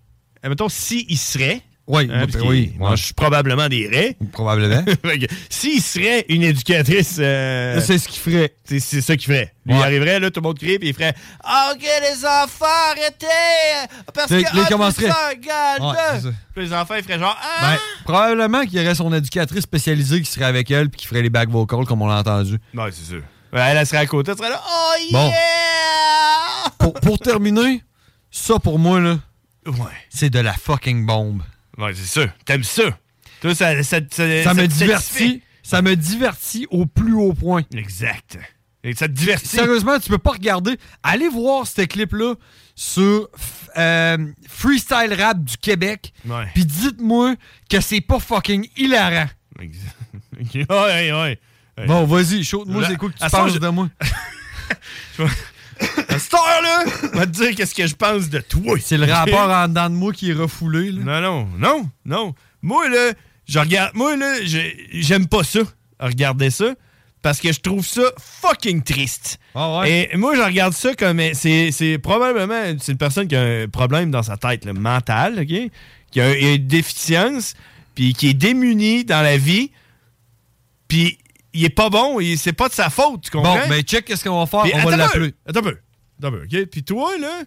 S4: Admettons, si il serait...
S3: Oui,
S4: hein, parce qu'il mange probablement des raies.
S3: probablement.
S4: Fait que, S'il serait une éducatrice... euh,
S3: c'est ce qu'il ferait.
S4: c'est c'est ça qu'il ferait. Lui,
S3: Ouais.
S4: il arriverait, là, tout le monde crie, puis il ferait « Ah, OK, les enfants, arrêtez! Parce
S3: Là,
S4: que... ah,
S3: il commencerait.
S4: ça, regarde!
S3: Ouais, c'est ça.
S4: Puis les enfants, ils feraient genre « Ah!
S3: Ben, probablement qu'il y aurait son éducatrice spécialisée qui serait avec elle puis qui ferait les back vocals comme on l'a entendu.
S4: Ouais, c'est sûr. Ouais, Elle, elle serait à côté, elle serait là « Oh,
S3: Bon.
S4: yeah!
S3: Pour, pour terminer, ça pour moi, là,
S4: Ouais.
S3: c'est de la fucking bombe.
S4: Ouais, c'est sûr. T'aimes ça. Toi, ça, ça, ça,
S3: Ça
S4: te
S3: me
S4: satisfait.
S3: divertit. Ça me divertit au plus haut point.
S4: Exact. Et ça te divertit.
S3: Sérieusement, tu peux pas regarder. Allez voir ce clip-là sur f- euh, Freestyle Rap du Québec.
S4: Ouais.
S3: Puis dites-moi que c'est pas fucking hilarant.
S4: Exact. Ok. Ouais, ouais, ouais.
S3: Bon, vas-y, chaude moi
S4: Là,
S3: c'est quoi que
S4: à
S3: tu
S4: ce moment,
S3: penses
S4: je-
S3: de moi?
S4: À cette heure-là, on va te dire qu'est-ce que je pense de toi.
S3: C'est le rapport en dedans de moi qui est refoulé. là.
S4: Non, non, non, non. Moi, là, je regarde. Moi, là, j'ai- j'aime pas ça. à regarder ça parce que je trouve ça fucking triste.
S3: Ah
S4: Et moi, je regarde ça comme. eh, C'est c'est probablement. C'est une personne qui a un problème dans sa tête, le mental, OK? Qui a une déficience, puis qui est démunie dans la vie, puis il est pas bon, il- c'est pas de sa faute, tu comprends?
S3: Bon, ben, check qu'est-ce qu'on va faire,
S4: Puis
S3: on va
S4: attends un peu,
S3: l'appeler.
S4: Attends un peu. Attends un peu, OK? Puis toi, là,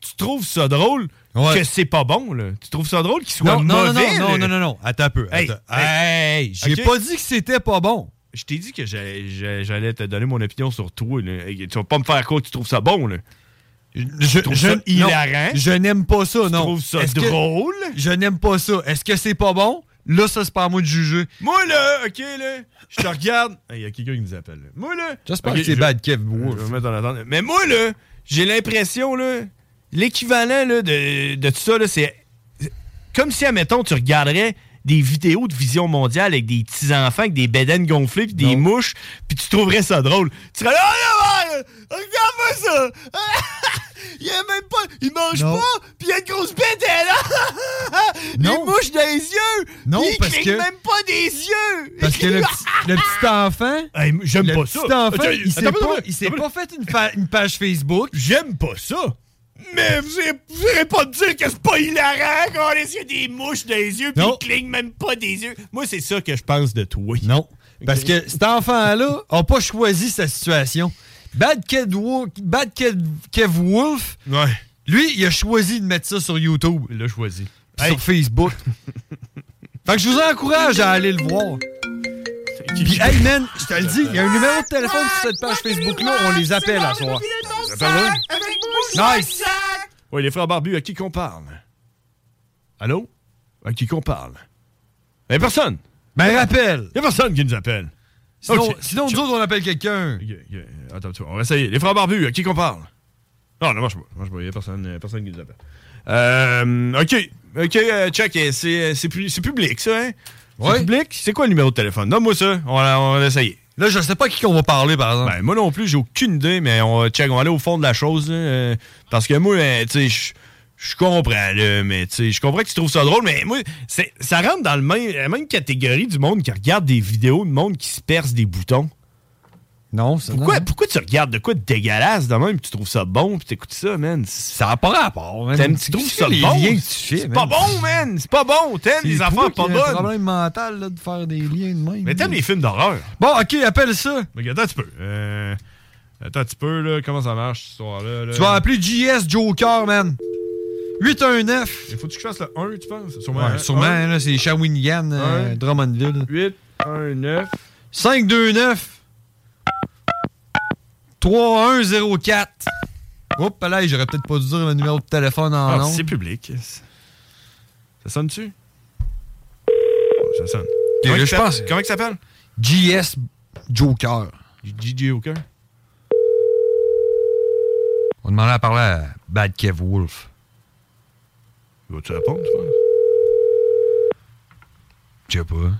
S4: tu trouves ça drôle que c'est pas bon, là. Tu trouves ça drôle qu'il soit
S3: Non, non, non,
S4: mauvais.
S3: non,
S4: là?
S3: non, non, non. Attends un peu.
S4: Hey,
S3: attends. Hey, j'ai
S4: OK?
S3: pas dit que c'était pas bon.
S4: Je t'ai dit que j'allais- j'allais j'allais te donner mon opinion sur toi. là. Hey, Tu vas pas me faire quoi que tu trouves ça bon, là.
S3: Je,
S4: trouve
S3: je-
S4: ça
S3: non,
S4: hilarant.
S3: je n'aime pas ça, non. Je
S4: trouves ça drôle?
S3: je n'aime pas ça. Est-ce que c'est pas bon? Là, ça, c'est pas à moi de juger.
S4: Moi, là, OK, là, je te regarde. Il y a quelqu'un qui nous appelle. là. Moi, là...
S3: J'espère
S4: Ok,
S3: que c'est
S4: je-
S3: bad Kev.
S4: Je vais me mettre en attente. Mais moi, là, j'ai l'impression, là, l'équivalent là, de, de tout ça, là, c'est c'est comme si, admettons, tu regarderais des vidéos de vision mondiale avec des petits-enfants, avec des bédaines gonflées, puis des mouches, puis tu trouverais ça drôle. Tu serais là, oh, là, là, regarde-moi ça! il y a même pas... Il mange
S3: Non.
S4: pas, puis il y a une grosse bédaine!
S3: Non.
S4: Il mouche dans les yeux!
S3: Non,
S4: puis il
S3: parce
S4: cligne
S3: que-
S4: même pas des yeux!
S3: Parce que le petit, le petit enfant.
S4: j'aime
S3: le
S4: pas
S3: petit
S4: ça.
S3: enfant,
S4: Attends,
S3: il s'est
S4: attends,
S3: pas,
S4: attends,
S3: il s'est
S4: attends.
S3: pas fait une, fa- une page Facebook.
S4: J'aime pas ça. Mais vous irez- vous irez pas dire que c'est pas hilarant quand les yeux des mouches dans les yeux puis
S3: Non.
S4: ils clignent même pas des yeux. Moi, c'est ça que je pense de toi.
S3: Non. Parce que cet enfant-là n'a pas choisi sa situation. Bad Kev, Wo- Bad Kev, Kev Wolf,
S4: Ouais.
S3: lui, il a choisi de mettre ça sur YouTube,
S4: Il l'a choisi.
S3: puis sur Facebook. fait que je vous encourage à aller le voir. Puis, hey man, je te le dis, il y a un numéro de téléphone sur cette page Facebook-là, on les appelle à soi. Nice!
S4: Ouais, les frères barbus, à qui qu'on parle? Allô? À qui qu'on parle? Y'a personne!
S3: Ben rappel!
S4: Y'a personne qui nous appelle!
S3: Sinon,
S4: Ok.
S3: sinon nous autres, on appelle quelqu'un.
S4: Ok, ok. Attends, tu vois, on va essayer. Les frères barbus, à qui qu'on parle? Non, non, marche pas. Marche pas. Il y a personne, euh, personne qui nous appelle. Euh, ok. Ok, euh, check. euh, C'est, euh, c'est, pu- c'est public, ça, hein?
S3: Ouais.
S4: C'est public? C'est quoi le numéro de téléphone? Donne-moi ça. On va, on va essayer.
S3: Là, je sais pas à qui qu'on va parler, par exemple.
S4: Ben, moi non plus, j'ai aucune idée, mais on va check. On va aller au fond de la chose, là, euh, Parce que moi, euh, tu sais, je. Je comprends, là, mais tu sais, je comprends que tu trouves ça drôle, mais moi, c'est, ça rentre dans le même, la même catégorie du monde qui regarde des vidéos de monde qui se perce des boutons.
S3: non, ça
S4: Pourquoi, pourquoi tu regardes de quoi de dégueulasse de même, puis tu trouves ça bon, puis t'écoutes ça, man? C'est-
S3: Ça n'a pas rapport, man.
S4: T'aimes, tu trouves
S3: C'est
S4: ça
S3: les
S4: bon?
S3: liens que tu fais,
S4: C'est
S3: man.
S4: pas bon, man! C'est pas bon! T'aimes les
S3: C'est
S4: affaires
S3: toi qui
S4: pas
S3: as un
S4: bonnes!
S3: problème mental là, de faire des liens de même.
S4: Mais t'aimes les films d'horreur!
S3: Bon, ok, appelle ça.
S4: Mais attends un petit peu. Euh, attends un petit peu, là. Comment ça marche, ce soir-là?
S3: Tu vas appeler JS Joker, man. 819.
S4: Il faut-tu que je fasse le 1, tu penses? Sûrement.
S3: Ouais, sûrement, là, c'est Shawinigan, euh,
S4: Ouais.
S3: Drummondville.
S4: 8, 1, 9.
S3: 529. 3104. Oups, là, j'aurais peut-être pas dû dire le numéro de téléphone en
S4: Ah,
S3: nom.
S4: c'est public. Ça sonne-tu? Oh, ça sonne.
S3: là,
S4: il
S3: je
S4: s'appelle-
S3: pense-
S4: Comment il s'appelle?
S3: JS Joker.
S4: DJ Hooker.
S3: On demandait à parler à Bad Kev Wolf.
S4: Vas-tu répondre, tu penses?
S3: Je sais pas.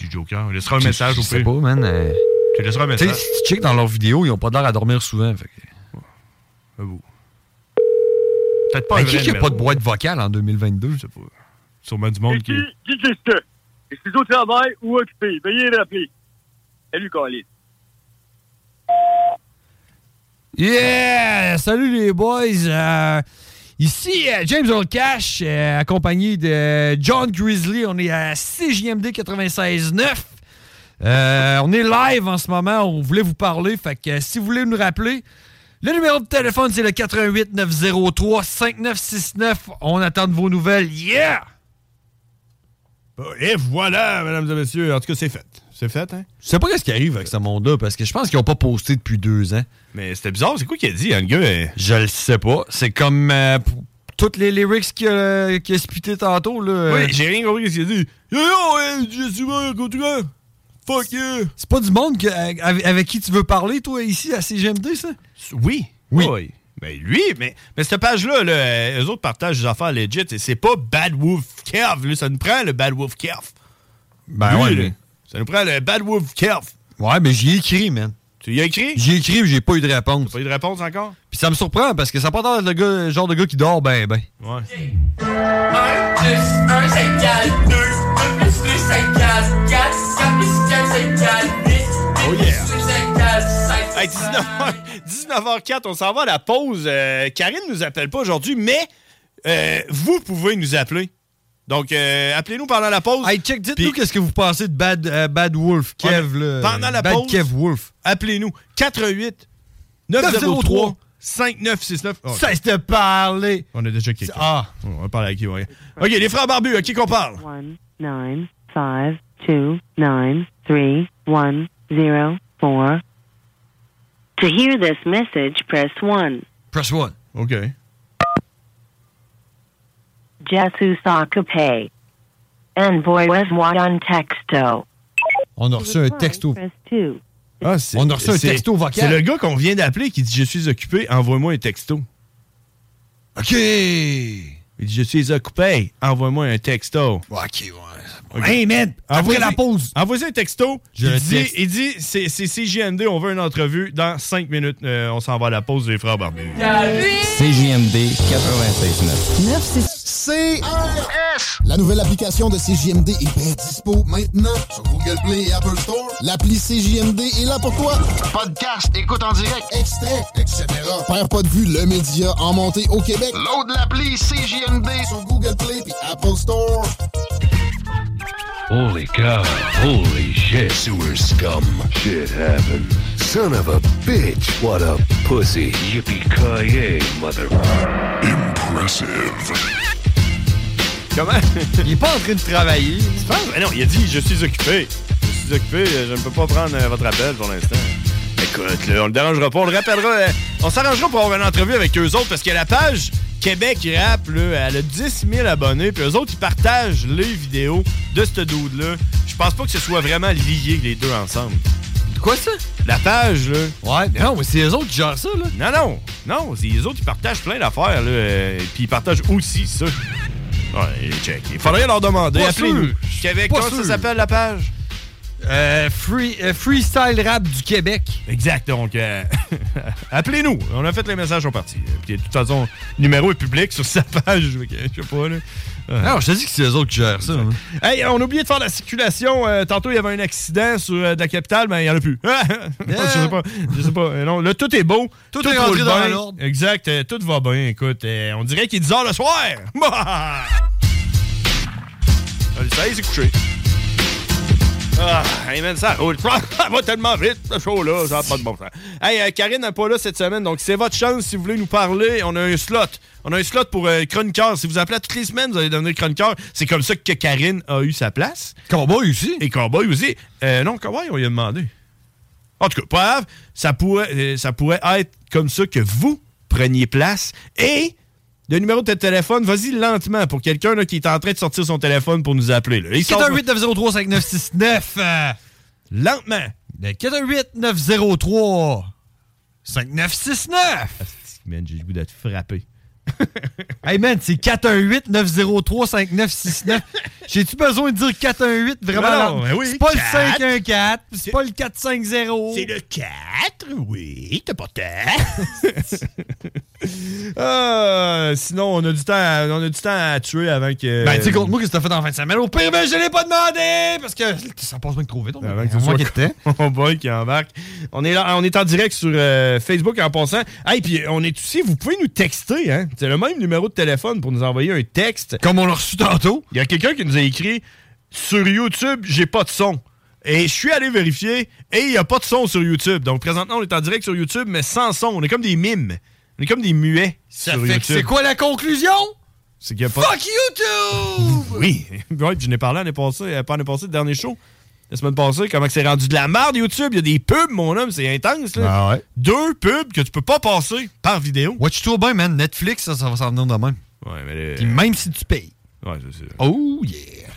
S4: DJ Hooker. Il laissera un message
S3: Je
S4: au
S3: sais
S4: pire.
S3: pas, man. euh,
S4: Tu laisseras un
S3: Tu sais,
S4: message.
S3: si tu check dans leurs vidéos, ils ont pas l'air à dormir souvent. Fait que...
S4: À vous. Peut-être pas un
S3: Mais
S4: vrai
S3: qui qui a
S4: numéro.
S3: pas de boîte vocale en 2022?
S4: Je sais pas. Sûrement du monde qui.
S8: Qui que c'est? Est-ce au travail ou occupé? Veuillez rappeler. Salut, Colin.
S3: Yeah! Salut les boys! Euh, ici euh, James Earl Cash, euh, accompagné de John Grizzly. On est à CJMD 96.9. Euh, on est live en ce moment. On voulait vous parler. Fait que euh, si vous voulez nous rappeler, le numéro de téléphone, c'est le 88 903 5969. On attend de vos nouvelles. Yeah!
S4: Et voilà, mesdames et messieurs. En tout cas, c'est fait. C'est fait, hein?
S3: Je sais pas ce qui arrive avec ce monde-là, parce que je pense qu'ils ont pas posté depuis deux ans.
S4: Mais c'était bizarre. C'est quoi qu'il a dit, hein, le gars? euh,
S3: Je le sais pas. C'est comme euh, pour toutes les lyrics qu'il a, qu'il a spitées tantôt. Là.
S4: Oui, j'ai rien compris ce qu'il a dit. Euh, Yo, yo, hey, je suis mort, continue. Fuck you.
S3: C'est pas du monde que- euh, avec, avec qui tu veux parler, toi, ici, à CGMD, ça?
S4: Oui.
S3: Oui.
S4: Mais lui, mais, mais cette page-là, là, euh, eux autres partagent des affaires legit. Et c'est pas Bad Wolf Kerf. Là, ça nous prend le Bad Wolf Kerf.
S3: Ben
S4: Lui,
S3: ouais,
S4: là,
S3: mais...
S4: Ça nous prend le Bad Wolf Kerf.
S3: Ouais, mais j'y ai écrit, man.
S4: Tu y as écrit?
S3: J'y ai écrit, mais j'ai pas eu de réponse.
S4: Pas eu de réponse encore?
S3: Puis ça me surprend parce que ça n'a pas l'air de le gars- le genre de gars qui dort ben ben.
S4: Ouais.
S7: 1 plus 1 ça égale 2, 2 plus 2 ça égale 4, 4 plus 4 ça égale 8, 8
S4: Oh
S7: plus
S4: yeah.
S7: 2 ça égale 5.
S4: Hey, Ah. 19h, 19h04, on s'en va à la pause. Euh, Karine nous appelle pas aujourd'hui, mais euh, vous pouvez nous appeler. Donc, euh, appelez-nous pendant la pause.
S3: Hey, check, dites-nous qu'est-ce que vous pensez de Bad, euh, Bad Wolf, Kev, là.
S4: Pendant la
S3: Bad
S4: pause,
S3: Kev Wolf.
S4: Appelez-nous. 88 903 5969. Oh,
S3: Ça se te parler.
S4: On a déjà quelqu'un.
S3: Ah.
S4: On va parler avec qui, ouais. OK, les frères barbus, à qui qu'on parle?
S9: nine five two nine three one zero four. To hear this message, press one.
S3: Press one.
S4: OK.
S9: Jesu Sakape. Envoy Weswayan texto.
S3: On a reçu un texto.
S4: Ah, c'est-
S3: On a reçu un
S4: c'est-
S3: texto vocal.
S4: C'est le gars qu'on vient d'appeler qui dit Je suis occupé, envoie-moi un texto. OK. Il dit Je suis occupé, envoie-moi un texto.
S3: OK,
S4: ouais.
S3: Hey, man, après la pause.
S4: Envoyez un texto.
S3: Je
S4: il, dit,
S3: texte.
S4: il dit C'est c'est CJMD, on veut une entrevue dans 5 minutes. Euh, on s'en va à la pause des frères barbus.
S10: CJMD 96.9.
S2: C'est La nouvelle application de CJMD est bien dispo maintenant sur Google Play et Apple Store. L'appli CJMD est là pour toi. Podcast, écoute en direct, extrait, etc. Père pas de vue, le média en montée au Québec. Load l'appli CJMD sur Google Play et Apple Store.
S11: Holy cow. Holy shit. Sewer scum. Shit happened. Son of a bitch. What a pussy. Yippee-ki-yay, mother... Impressive.
S4: Comment Il est pas en train de travailler. Tu penses? Ben non, il a dit Je suis occupé. Je suis occupé, euh, je ne peux pas prendre euh, votre appel pour l'instant. Écoute, là, on le dérangera pas, on le rappellera. euh, on s'arrangera pour avoir une entrevue avec eux autres parce que la page Québec Rap, là, elle a 10 000 abonnés, puis eux autres, ils partagent les vidéos de ce dude-là. Je pense pas que ce soit vraiment lié les deux ensemble.
S3: Quoi ça?
S4: La page, là.
S3: Ouais, mais non, mais c'est eux autres qui gèrent ça, là.
S4: Non, non, non, c'est les autres, ils partagent plein d'affaires, là. euh, puis ils partagent aussi ça. Ouais, check. Il faudrait leur demander.
S3: Pas
S4: Appelez-nous.
S3: sûr.
S4: Québec,
S3: Pas
S4: comment
S3: sûr.
S4: ça s'appelle la page?
S3: Euh, free, euh, freestyle rap du Québec.
S4: Exact, donc euh, appelez-nous. On a fait les messages, on est parti. Puis de toute façon, le numéro est public sur sa page. Fait que, Je sais pas, là. Euh,
S3: Non, Ah, je te dis que c'est eux autres qui gèrent ça. hein.
S4: Hey, on a oublié de faire la circulation. Euh, tantôt, il y avait un accident sur euh, de la capitale, mais il n'y en a plus. je sais pas. Je sais pas. Euh, non, là, tout est beau.
S3: Tout est rentré
S4: roule
S3: dans
S4: bien.
S3: l'ordre.
S4: Exact. euh, tout va bien. Écoute, euh, on dirait qu'il est 10 h le soir. Ah, le soleil s'est couché. Ah, hey man, ça roule. Ça va tellement vite, ce show-là, ça n'a pas de bon sens. Hey, euh, Karine n'est pas là cette semaine, donc c'est votre chance si vous voulez nous parler. On a un slot. On a un slot pour euh, chroniqueur. Si vous appelez toutes les semaines, vous allez devenir chroniqueur. C'est comme ça que Karine a eu sa place.
S3: Cowboy aussi.
S4: Et Cowboy aussi. Euh, non, Cowboy, on lui a demandé. En tout cas, pas grave. Ça pourrait, euh, ça pourrait être comme ça que vous preniez place. Et le numéro de téléphone, vas-y lentement pour quelqu'un là, qui est en train de sortir son téléphone pour nous appeler. là. Il sort-
S3: 418 903 5969. euh,
S4: lentement.
S3: Le 418 903 5969.
S4: Man, j'ai le goût d'être frappé.
S3: Hey man, c'est 418 903 5969. J'ai-tu besoin de dire 418 vraiment?
S4: Non,
S3: là?
S4: ben oui,
S3: c'est pas
S4: quatre.
S3: le 514, c'est pas le 450.
S4: C'est le 4, oui, t'as pas Ah, sinon, on a du temps à, on a du temps à tuer avant que.
S3: Ben, tu sais, contre moi, qu'est-ce que t'as fait en fin de semaine? Au pire, ben, je l'ai pas demandé! Parce que ça passe bien que trop vite. on-
S4: Ben, euh, Avant que ce
S3: on
S4: soit
S3: manquait de temps.
S4: Cowboy qui embarque. On est, là, on est en direct sur euh, Facebook en passant. Hey, puis on est aussi, vous pouvez nous texter, hein? C'est le même numéro de téléphone pour nous envoyer un texte.
S3: Comme on l'a reçu tantôt.
S4: Il y a quelqu'un qui nous a écrit Sur YouTube, j'ai pas de son. Et je suis allé vérifier et il n'y a pas de son sur YouTube. Donc présentement, on est en direct sur YouTube, mais sans son. On est comme des mimes. On est comme des muets.
S3: Ça
S4: sur
S3: fait que
S4: YouTube.
S3: c'est quoi la conclusion?
S4: C'est qu'il y a pas.
S3: Fuck YouTube!
S4: Oui. Ouais, puis je n'ai parlé l'année passée, euh, pas l'année passée, le dernier show. La semaine passée, comment que c'est rendu de la merde YouTube. Il y a des pubs, mon homme, c'est intense. Là.
S3: Ah ouais.
S4: Deux pubs que tu peux pas passer par vidéo.
S3: Watch tout bien, man. Netflix, ça, ça va s'en venir de même.
S4: Ouais, mais le-
S3: Puis même si tu payes.
S4: Ouais, c'est ça.
S3: Oh yeah!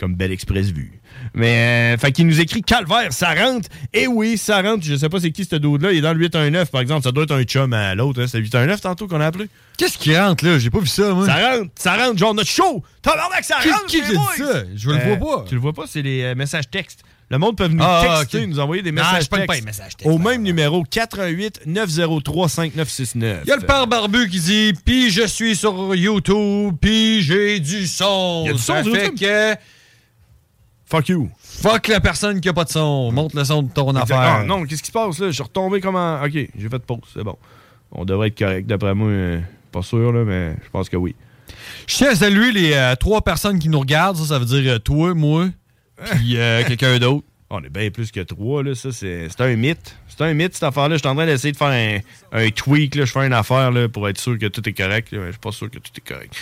S4: Comme Belle Express Vue. Mais, euh, fait qu'il nous écrit Calvaire, ça rentre. Et oui, ça rentre. Je sais pas c'est qui ce dude là Il est dans le 819, par exemple. Ça doit être un chum à l'autre. hein. C'est le 819 tantôt qu'on a appelé.
S3: Qu'est-ce qui rentre là? J'ai pas vu ça, moi.
S4: Ça rentre, ça rentre. Genre notre show. Tabarnak, ça
S3: Qui-
S4: rentre.
S3: qui
S4: les
S3: a dit
S4: boys!
S3: ça? Je le vois pas.
S4: Tu le vois pas, c'est les euh, messages textes. Le monde peut venir
S3: Ah,
S4: texter,
S3: ok.
S4: nous envoyer des
S3: Non,
S4: messages
S3: je pogne pas
S4: textes
S3: les messages
S4: Au même numéro, 88 903 5969.
S3: Il y a le père barbu qui dit Puis je suis sur YouTube, puis j'ai du son.
S4: Il y a du son
S3: Ça
S4: sur
S3: fait
S4: YouTube?
S3: que.
S4: Fuck you.
S3: Fuck la personne qui a pas de son. Montre le son de ton affaire.
S4: Ah non, qu'est-ce qui se passe là? Je suis retombé comme un. Ok, j'ai fait pause, c'est bon. On devrait être correct, d'après moi. euh, Pas sûr, là, mais je pense que oui.
S3: Je tiens à saluer les euh, trois personnes qui nous regardent. Ça, ça veut dire euh, toi, moi, puis euh, quelqu'un d'autre.
S4: On est bien plus que trois, là. Ça, c'est c'est un mythe. C'est un mythe, cette affaire-là. Je suis en train d'essayer de faire un, un tweak, là. Je fais une affaire, là, pour être sûr que tout est correct. là, mais Je suis pas sûr que tout est correct.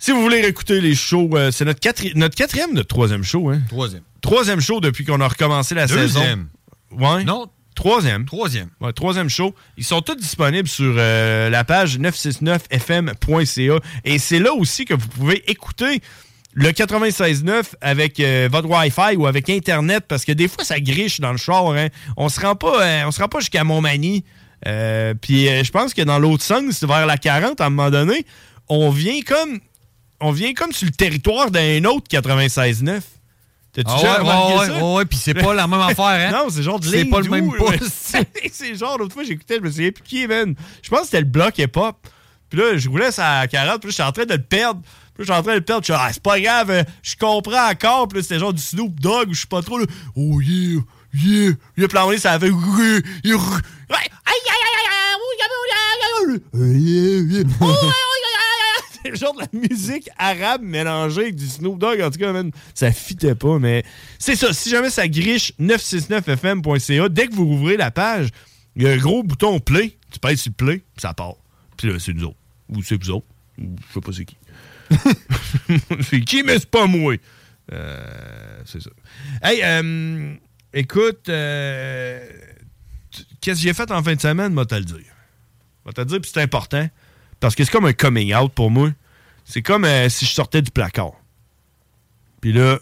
S4: Si vous voulez réécouter les shows, euh, c'est notre, quatri- notre quatrième, notre troisième show, hein?
S3: Troisième.
S4: Troisième show depuis qu'on a recommencé la
S3: Deuxième.
S4: saison. Ouais.
S3: Non.
S4: Troisième.
S3: Troisième.
S4: Ouais, troisième show. Ils sont tous disponibles sur euh, la page 969fm.ca. Et c'est là aussi que vous pouvez écouter le 96.9 avec euh, votre Wi-Fi ou avec Internet parce que des fois, ça griche dans le char. hein. On se rend pas, euh, on se rend pas jusqu'à Montmagny. Euh, Puis euh, je pense que dans l'autre sens, vers la 40, à un moment donné, on vient comme, on vient comme sur le territoire d'un autre 96.9. T'as-tu déjà
S3: Ah ouais,
S4: remarqué
S3: ouais,
S4: ça?
S3: ouais, ouais, puis c'est pas la même affaire, hein?
S4: Non, c'est genre de
S3: C'est
S4: ligne
S3: pas le
S4: doux,
S3: même
S4: là.
S3: pouce.
S4: c'est genre, l'autre fois, j'écoutais, je me suis épiqué, man. Je pense que c'était le bloc hip-hop. Puis là, je roulais sa carotte, puis là, j'étais en train de le perdre. Puis là, j'étais en train de le perdre. Je suis ah, c'est pas grave, euh, je comprends encore. Puis là, c'était genre du Snoop Dogg, ou je suis pas trop, là. Oh yeah, yeah. Il a planté, ça avait. Ouais, yeah, yeah. Oh, ouais, c'est genre de la musique arabe mélangée avec du Snoop Dogg. En tout cas, man, ça fitait pas, mais c'est ça. Si jamais ça griche, 969fm.ca, dès que vous rouvrez la page, il y a un gros bouton play. Tu pèses sur play, puis ça part. Puis là, c'est nous autres. Ou c'est vous autres. Ou je sais pas c'est qui. c'est qui, mais c'est pas moi. Euh, c'est ça. Hey, euh, écoute, euh, tu- qu'est-ce que j'ai fait en fin de semaine, moi, te le dire. Je vais te le dire, puis c'est important. Parce que c'est comme un coming out pour moi. C'est comme euh, si je sortais du placard. Puis là,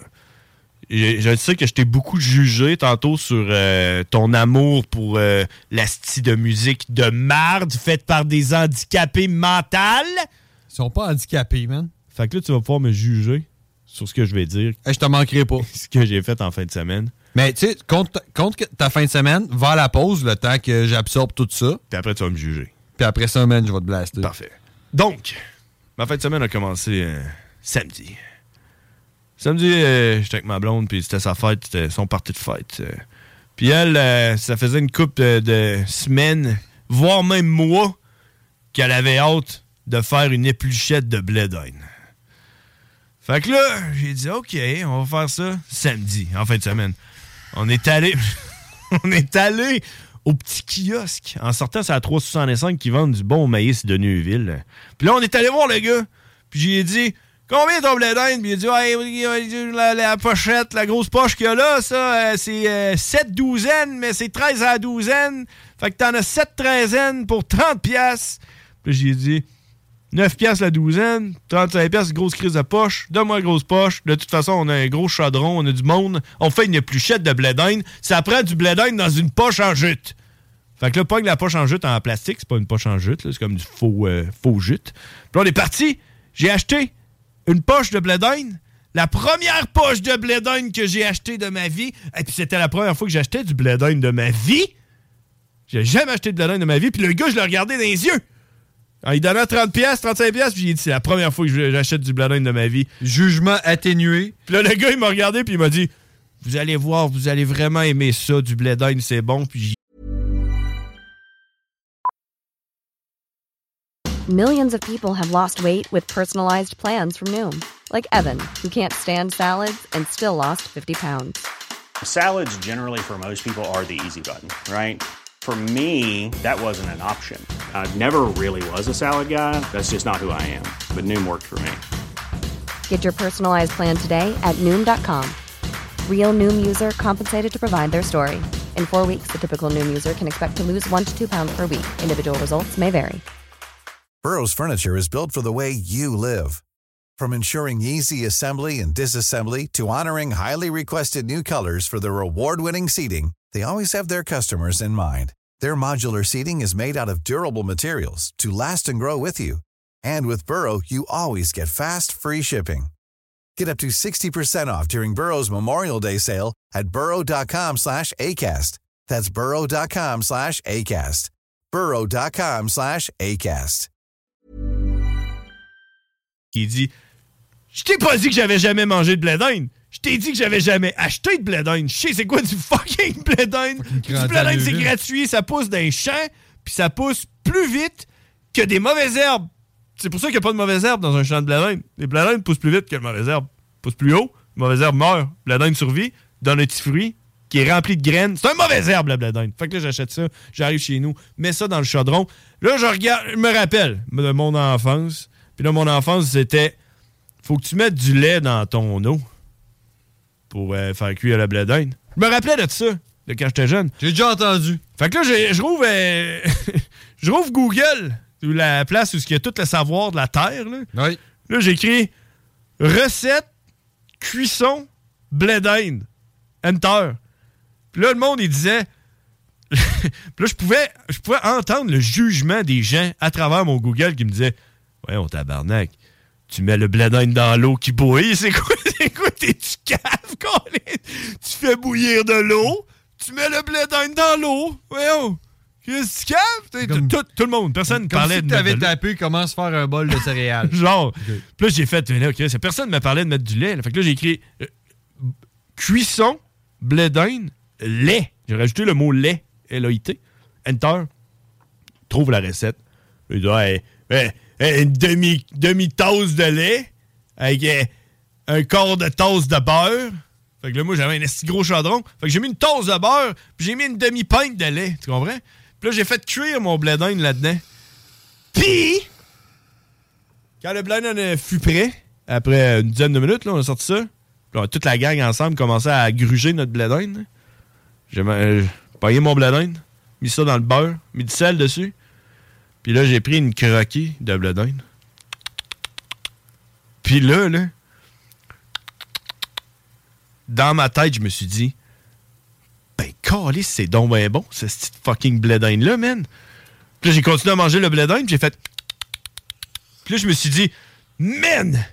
S4: je, je sais que je t'ai beaucoup jugé tantôt sur euh, ton amour pour euh, la style de musique de marde faite par des handicapés mentaux.
S3: Ils sont pas handicapés, man.
S4: Fait que là, tu vas pouvoir me juger sur ce que je vais dire.
S3: je te manquerai pas.
S4: ce que j'ai fait en fin de semaine.
S3: Mais tu sais, compte, compte que ta fin de semaine, va la pause, le temps que j'absorbe tout ça.
S4: Puis après, tu vas me juger.
S3: Puis après ça, man, je vais te blaster.
S4: Parfait. Donc, ma fin de semaine a commencé euh, samedi. Samedi, euh, j'étais avec ma blonde, puis c'était sa fête, c'était son party de fête. euh. Puis elle, euh, ça faisait une couple euh, de semaines, voire même mois, qu'elle avait hâte de faire une épluchette de blé d'Inde. Fait que là, j'ai dit, OK, on va faire ça samedi, en fin de semaine. On est allé, on est allé au petit kiosque. En sortant, c'est à 365 qui vendent du bon maïs de Neuville. Puis là, on est allé voir le gars. Puis j'ai dit, combien ton blé d'Inde? Puis il a dit, Ouais, euh, la, la pochette, la grosse poche qu'il y a là, ça, euh, c'est 7 douzaines, mais c'est 13 à la douzaine. Fait que t'en as 7 treizaines pour 30 piastres. Puis j'ai dit, 9 piastres la douzaine, 35 piastres, grosse crise de poche, donne-moi la grosse poche. De toute façon, on a un gros chaudron, on a du monde, on fait une épluchette de blé d'Inde. Ça prend du blé d'Inde dans une poche en jute. Fait que là, pogne la poche en jute en plastique, c'est pas une poche en jute, là, c'est comme du faux, euh, faux jute. Puis là, on est parti, j'ai acheté une poche de blé d'Inde, la première poche de blé d'Inde que j'ai achetée de ma vie, et puis c'était la première fois que j'achetais du blé d'Inde de ma vie. J'ai jamais acheté de blé d'Inde de ma vie, puis le gars, je le regardais dans les yeux. En lui donnant 30 pièces, 35 pièces, puis j'ai dit c'est la première fois que j'achète du bladin de ma vie.
S3: Jugement atténué.
S4: Puis là le gars il m'a regardé puis il m'a dit vous allez voir, vous allez vraiment aimer ça du bladin, c'est bon puis j'ai-
S12: Millions of people have lost weight with personalized plans from Noom, like Evan, who can't stand salads and still lost 50 pounds.
S13: Salads, generally, for most people, are the easy button, right? For me, that wasn't an option. I never really was a salad guy. That's just not who I am. But Noom worked for me.
S12: Get your personalized plan today at Noom.com. Real Noom user compensated to provide their story. In four weeks, the typical Noom user can expect to lose one to two pounds per week. Individual results may vary.
S14: Burrow's furniture is built for the way you live. From ensuring easy assembly and disassembly to honoring highly requested new colors for their award-winning seating, they always have their customers in mind. Their modular seating is made out of durable materials to last and grow with you. And with Burrow, you always get fast, free shipping. Get up to 60% off during Burrow's Memorial Day sale at burrow.com slash ACAST. That's burrow.com slash ACAST. burrow.com slash ACAST.
S4: Qui dit Je t'ai pas dit que j'avais jamais mangé de blé d'Inde. Je t'ai dit que j'avais jamais acheté de blé d'Inde. Je sais c'est quoi du fucking blé d'Inde. Du
S7: grand
S4: blé d'Inde, c'est
S7: allure.
S4: gratuit. Ça pousse dans les champs, puis ça pousse plus vite que des mauvaises herbes. C'est pour ça qu'il n'y a pas de mauvaises herbes dans un champ de blé d'Inde. Les blé d'Inde poussent plus vite que les mauvaises herbes. Poussent plus haut, les mauvaises herbes meurent. Le blé d'Inde survit dans le petit fruit qui est rempli de graines. C'est un mauvais herbe, le blé d'Inde. Fait que là, j'achète ça, j'arrive chez nous, mets ça dans le chaudron. Là, je regarde, je me rappelle de mon enfance. Puis là, mon enfance, c'était faut que tu mettes du lait dans ton eau pour euh, faire cuire la blé d'Inde. Je me rappelais de ça, de quand j'étais jeune. J'ai déjà entendu. Fait que là, j'ai- je trouve euh, je trouve Google, ou la place où il y a tout le savoir de la Terre. Là, là j'écris recette, cuisson, blé d'Inde. Enter. Puis là, le monde, il disait. Puis là, je pouvais, je pouvais entendre le jugement des gens à travers mon Google qui me disait Voyons, tabarnak, tu mets le blé d'Inde dans l'eau qui bouille, c'est quoi C'est quoi T'es-tu cave, Colin? Tu fais bouillir de l'eau, tu mets le blé d'Inde dans l'eau. Voyons, qu'est-ce que tu caves? T'es- tout, tout le monde, personne ne
S3: Comme
S4: parlait
S3: si
S4: de
S3: t'avais
S4: mettre de l'eau.
S3: tapé comment se faire un bol de céréales.
S4: Genre. Puis là, j'ai fait, mais là, OK, ça, personne ne me parlait de mettre du lait. là. Fait que là, j'ai écrit euh, cuisson, blé d'Inde, lait. J'ai rajouté le mot lait, L-A-I-T. Enter. Trouve la recette. Il dit, ouais, ouais, ouais, une demi- demi-tasse de lait avec euh, un quart de tasse de beurre. Fait que là, moi, j'avais un esti gros chaudron. Fait que j'ai mis une tasse de beurre, puis j'ai mis une demi-pinte de lait. Tu comprends? Puis là, j'ai fait cuire mon blé d'Inde là-dedans. Puis, quand le blé d'Inde euh, fut prêt, après une dizaine de minutes, là, on a sorti ça. Puis on a toute la gang ensemble commencé à gruger notre blé d'Inde. J'ai ma- euh, j'ai pogné mon blé d'Inde, mis ça dans le beurre, mis du sel dessus. Puis là, j'ai pris une croquée de blé d'Inde. Puis là, là, dans ma tête, je me suis dit, ben, calice, c'est donc ben bon, ce petit fucking blé d'Inde-là, man. Puis là, j'ai continué à manger le blé d'Inde, puis j'ai fait... Puis là, je me suis dit, man!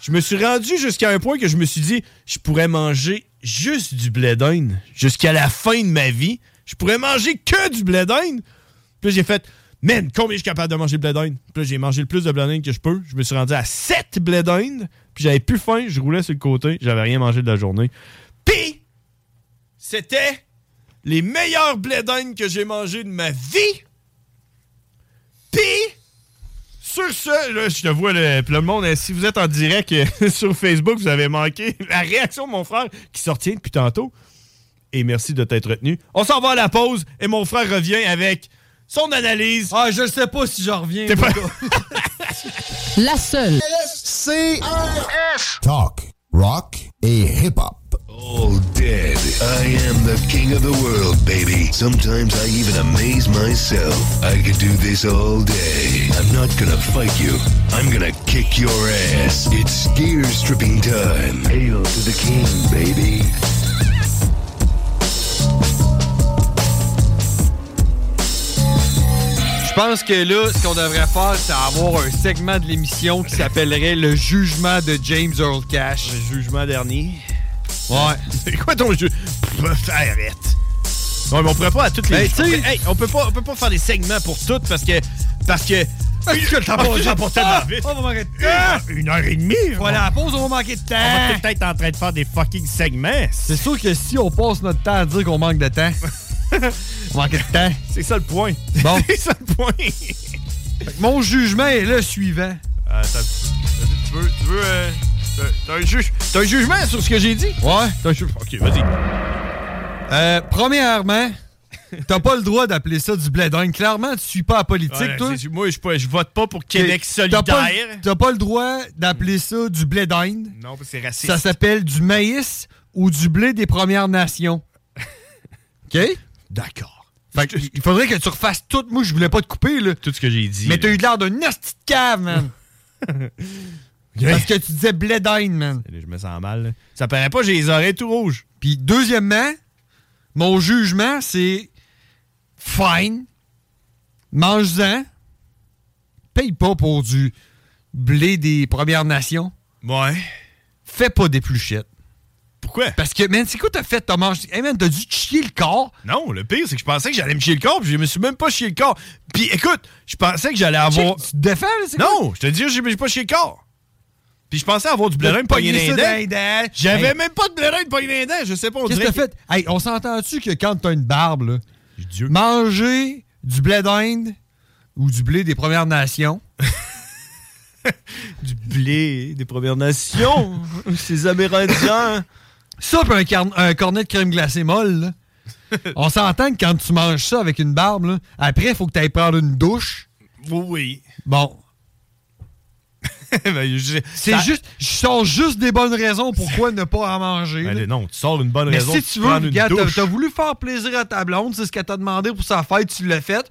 S4: Je me suis rendu jusqu'à un point que je me suis dit, je pourrais manger juste du blé d'Inde jusqu'à la fin de ma vie. Je pourrais manger que du blé d'Inde. Puis là, j'ai fait, man, combien je suis capable de manger de blé d'Inde? Puis là, j'ai mangé le plus de blé d'Inde que je peux. Je me suis rendu à 7 blé d'Inde. Puis j'avais plus faim, je roulais sur le côté, j'avais rien mangé de la journée. Puis, c'était les meilleurs blé d'Inde que j'ai mangé de ma vie. Puis, sur ce, là, je te vois, le, puis le monde, euh, si vous êtes en direct euh, sur Facebook, vous avez manqué la réaction de mon frère qui sortit depuis tantôt. Et merci de t'être retenu. On s'en va à la pause et mon frère revient avec son analyse. Ah, je sais pas si j'en reviens.
S2: La seule. S-C-R-S. Talk, rock et hip-hop.
S11: All dead. I am the king of the world, baby. Sometimes I even amaze myself. I could do this all day. I'm not gonna fight you. I'm gonna kick your ass. It's gear stripping time. Hail to the king, baby.
S3: Je pense que là, ce qu'on devrait faire, c'est avoir un segment de l'émission qui s'appellerait Le jugement de James Earl Cash.
S4: Le jugement dernier.
S3: Ouais.
S4: C'est quoi ton jeu? Pff, Arrête. Non, mais on pourrait pas à toutes les.
S3: Ben, tu sais-
S4: Hey, on peut pas, on peut pas faire des segments pour toutes parce que, parce que. Ah, j'en porte tellement
S3: Ah,
S4: vite.
S3: On va m'arrêter.
S4: Une heure et demie.
S3: Voilà, la pause, on va manquer de temps. On
S4: va peut-être en train de faire des fucking segments.
S3: C'est sûr que si on passe notre temps à dire qu'on manque de temps, on manque de temps.
S4: C'est ça le point.
S3: Bon.
S4: C'est ça le point.
S3: mon jugement est le suivant.
S4: Attends, tu veux. Tu veux euh, t'as- T'as un, juge- t'as un jugement sur ce que j'ai dit?
S3: Ouais.
S4: T'as un jugement. Ok, vas-y.
S3: Euh, premièrement, t'as pas le droit d'appeler ça du blé d'Inde. Clairement, tu suis pas à politique,
S4: Ouais,
S3: toi.
S4: c'est- Moi, je suis pas- je vote pas pour Québec
S3: T'as pas le-
S4: solidaire.
S3: T'as pas le droit d'appeler ça du blé d'Inde.
S4: Non, parce que c'est raciste.
S3: Ça s'appelle du maïs ou du blé des Premières Nations. OK?
S4: D'accord.
S3: Fait que, il faudrait que tu refasses tout. Moi, je voulais pas te couper, là.
S4: Tout ce que j'ai dit.
S3: Mais t'as eu de l'air d'un nasty de cave, man.
S4: Hein?
S3: Parce que tu disais blé d'Inde, man.
S4: Je me sens mal. là. Ça paraît pas, j'ai les oreilles tout rouges.
S3: Puis, deuxièmement, mon jugement, c'est fine. Mange-en. Paye pas pour du blé des Premières Nations.
S4: Ouais.
S3: fais pas des pluchettes.
S4: Pourquoi?
S3: Parce que, man, c'est quoi t'as fait? T'as mangé. Hey, man, t'as dû te chier le corps?
S4: Non, le pire, c'est que je pensais que j'allais me chier le corps, puis je me suis même pas chier le corps. Puis écoute, je pensais que j'allais avoir.
S3: Tu te défends, là, c'est quoi?
S4: Non, je te dis, j'ai j'ai pas chier le corps. Puis je pensais avoir du blairin de pogné
S3: Pogner
S4: dans
S3: ça
S4: les
S3: dans les
S4: dents.
S3: dents.
S4: J'avais
S3: Hey.
S4: même pas de blairin de pogné dans les dents, je sais pas, on
S3: Qu'est-ce que
S4: dirait
S3: t'as fait? Hey, on s'entend-tu que quand t'as une barbe, là, manger du blé d'Inde ou du blé des Premières Nations?
S4: du blé des Premières Nations? Ces Amérindiens?
S3: Ça, puis un, carn- un cornet de crème glacée molle, là. On s'entend que quand tu manges ça avec une barbe, là, après, il faut que tu ailles prendre une douche.
S4: Oui,
S3: Bon.
S4: Ben, je-
S3: C'est
S4: ça-
S3: juste. Je sors juste des bonnes raisons pourquoi ne pas en manger. là.
S4: Ben, non, tu sors une bonne
S3: Mais
S4: raison.
S3: si
S4: de
S3: tu veux,
S4: prendre une
S3: regarde,
S4: douche.
S3: t'as- t'as voulu faire plaisir à ta blonde, c'est ce qu'elle t'a demandé pour sa fête, tu l'as fait.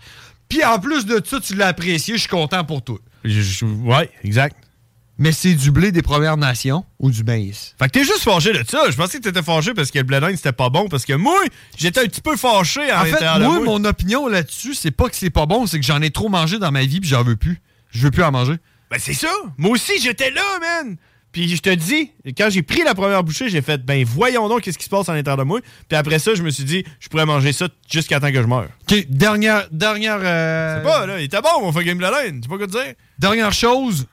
S3: Puis en plus de ça, tu l'as apprécié, je suis content pour toi.
S4: Je- je- ouais, exact.
S3: Mais c'est du blé des Premières Nations ou du maïs.
S4: Fait que t'es juste fâché de ça. Je pensais que t'étais fâché parce que le blé d'Inde, c'était pas bon. Parce que moi, j'étais un petit peu fâché en,
S3: En fait,
S4: l'intérieur de
S3: moi,
S4: moi.
S3: mon opinion là-dessus, c'est pas que c'est pas bon, c'est que j'en ai trop mangé dans ma vie puis j'en veux plus. Je veux plus en manger.
S4: Ben, c'est ça. Moi aussi, j'étais là, man. Puis je te dis, quand j'ai pris la première bouchée, j'ai fait, ben voyons donc qu'est-ce qui se passe à l'intérieur de moi. Puis après ça, je me suis dit, je pourrais manger ça jusqu'à temps que je meure.
S3: OK, dernière. dernière euh,
S4: C'est pas, là. Il était bon, mon fucking blé d'Inde. Tu sais pas quoi te dire.
S3: Dernière chose,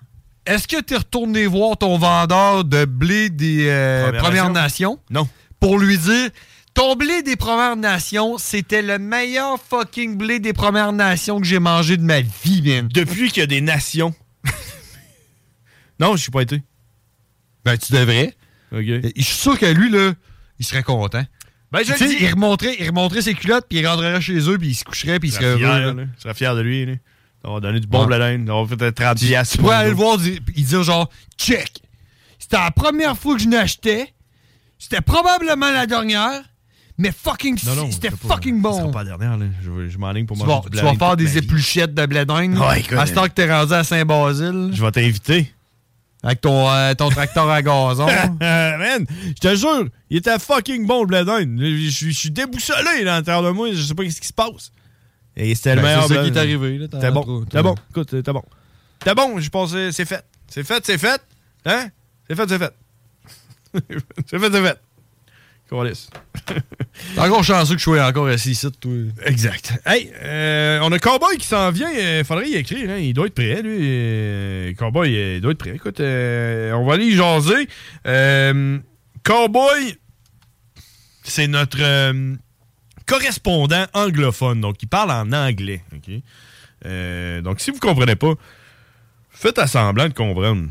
S3: est-ce que t'es retourné voir ton vendeur de blé des euh,
S4: Premières
S3: Premières
S4: Nations?
S3: Nations?
S4: Non.
S3: Pour lui dire, ton blé des Premières Nations, c'était le meilleur fucking blé des Premières Nations que j'ai mangé de ma vie, man.
S4: Depuis qu'il y a des nations. non, je suis pas été.
S3: Ben, tu devrais.
S4: OK.
S3: Je suis sûr que lui, là, il serait content.
S4: Ben, je
S3: Tu sais,
S4: le dis.
S3: il remonterait, il remonterait ses culottes, puis il rentrerait chez eux, puis il se coucherait, puis il serait heureux. là.
S4: fier, là. Je serais fier de lui, là. D'avoir donné du bon blé d'Inde, d'avoir fait un 30 piastres
S3: Tu
S4: sur mon
S3: pourrais aller le
S4: dos.
S3: voir dire- il dire genre check. C'était la première fois que je n'achetais. C'était probablement la dernière. Mais fucking
S4: Non, non,
S3: c'était
S4: c'est pas-
S3: fucking
S4: Ce
S3: bon.
S4: sera pas la dernière, là. Je, vais- je m'enligne pour
S3: Tu
S4: manger
S3: vas,
S4: du
S3: tu
S4: blé
S3: vas
S4: d'Inde
S3: faire
S4: toute ma
S3: des
S4: vie.
S3: écluchettes de blé d'Inde.
S4: Ouais, écoute,
S3: à ce temps que t'es rendu à Saint-Basile.
S4: Je vais t'inviter.
S3: Avec ton, euh, ton tracteur à gazon.
S4: Man, je te jure, il était fucking bon le blé d'Inde. Je, je- je suis déboussolé là, à l'intérieur de moi, je sais pas ce qui se passe. Et c'était le
S3: Ben,
S4: meilleur
S3: c'est ça
S4: blé
S3: qui t'est
S4: d'Inde.
S3: arrivé, là, t'as-
S4: C'était
S3: trop-
S4: bon.
S3: trop-
S4: C'était bon. Écoute, c'était bon. C'était bon, je pense que c'est fait. C'est fait, c'est fait. Hein? C'est fait, c'est fait. c'est fait, c'est fait. Câlisse.
S3: T'es encore chanceux que je sois encore assis ici, toi.
S4: Exact. Hey, euh, on a Cowboy qui s'en vient. Il faudrait y écrire. hein. Il doit être prêt, lui. Euh, Cowboy, euh, il doit être prêt. Écoute, euh, on va aller y jaser. Euh, Cowboy, c'est notre euh, correspondant anglophone. Donc, il parle en anglais. OK? Euh, donc, si vous comprenez pas, faites à semblant de comprendre.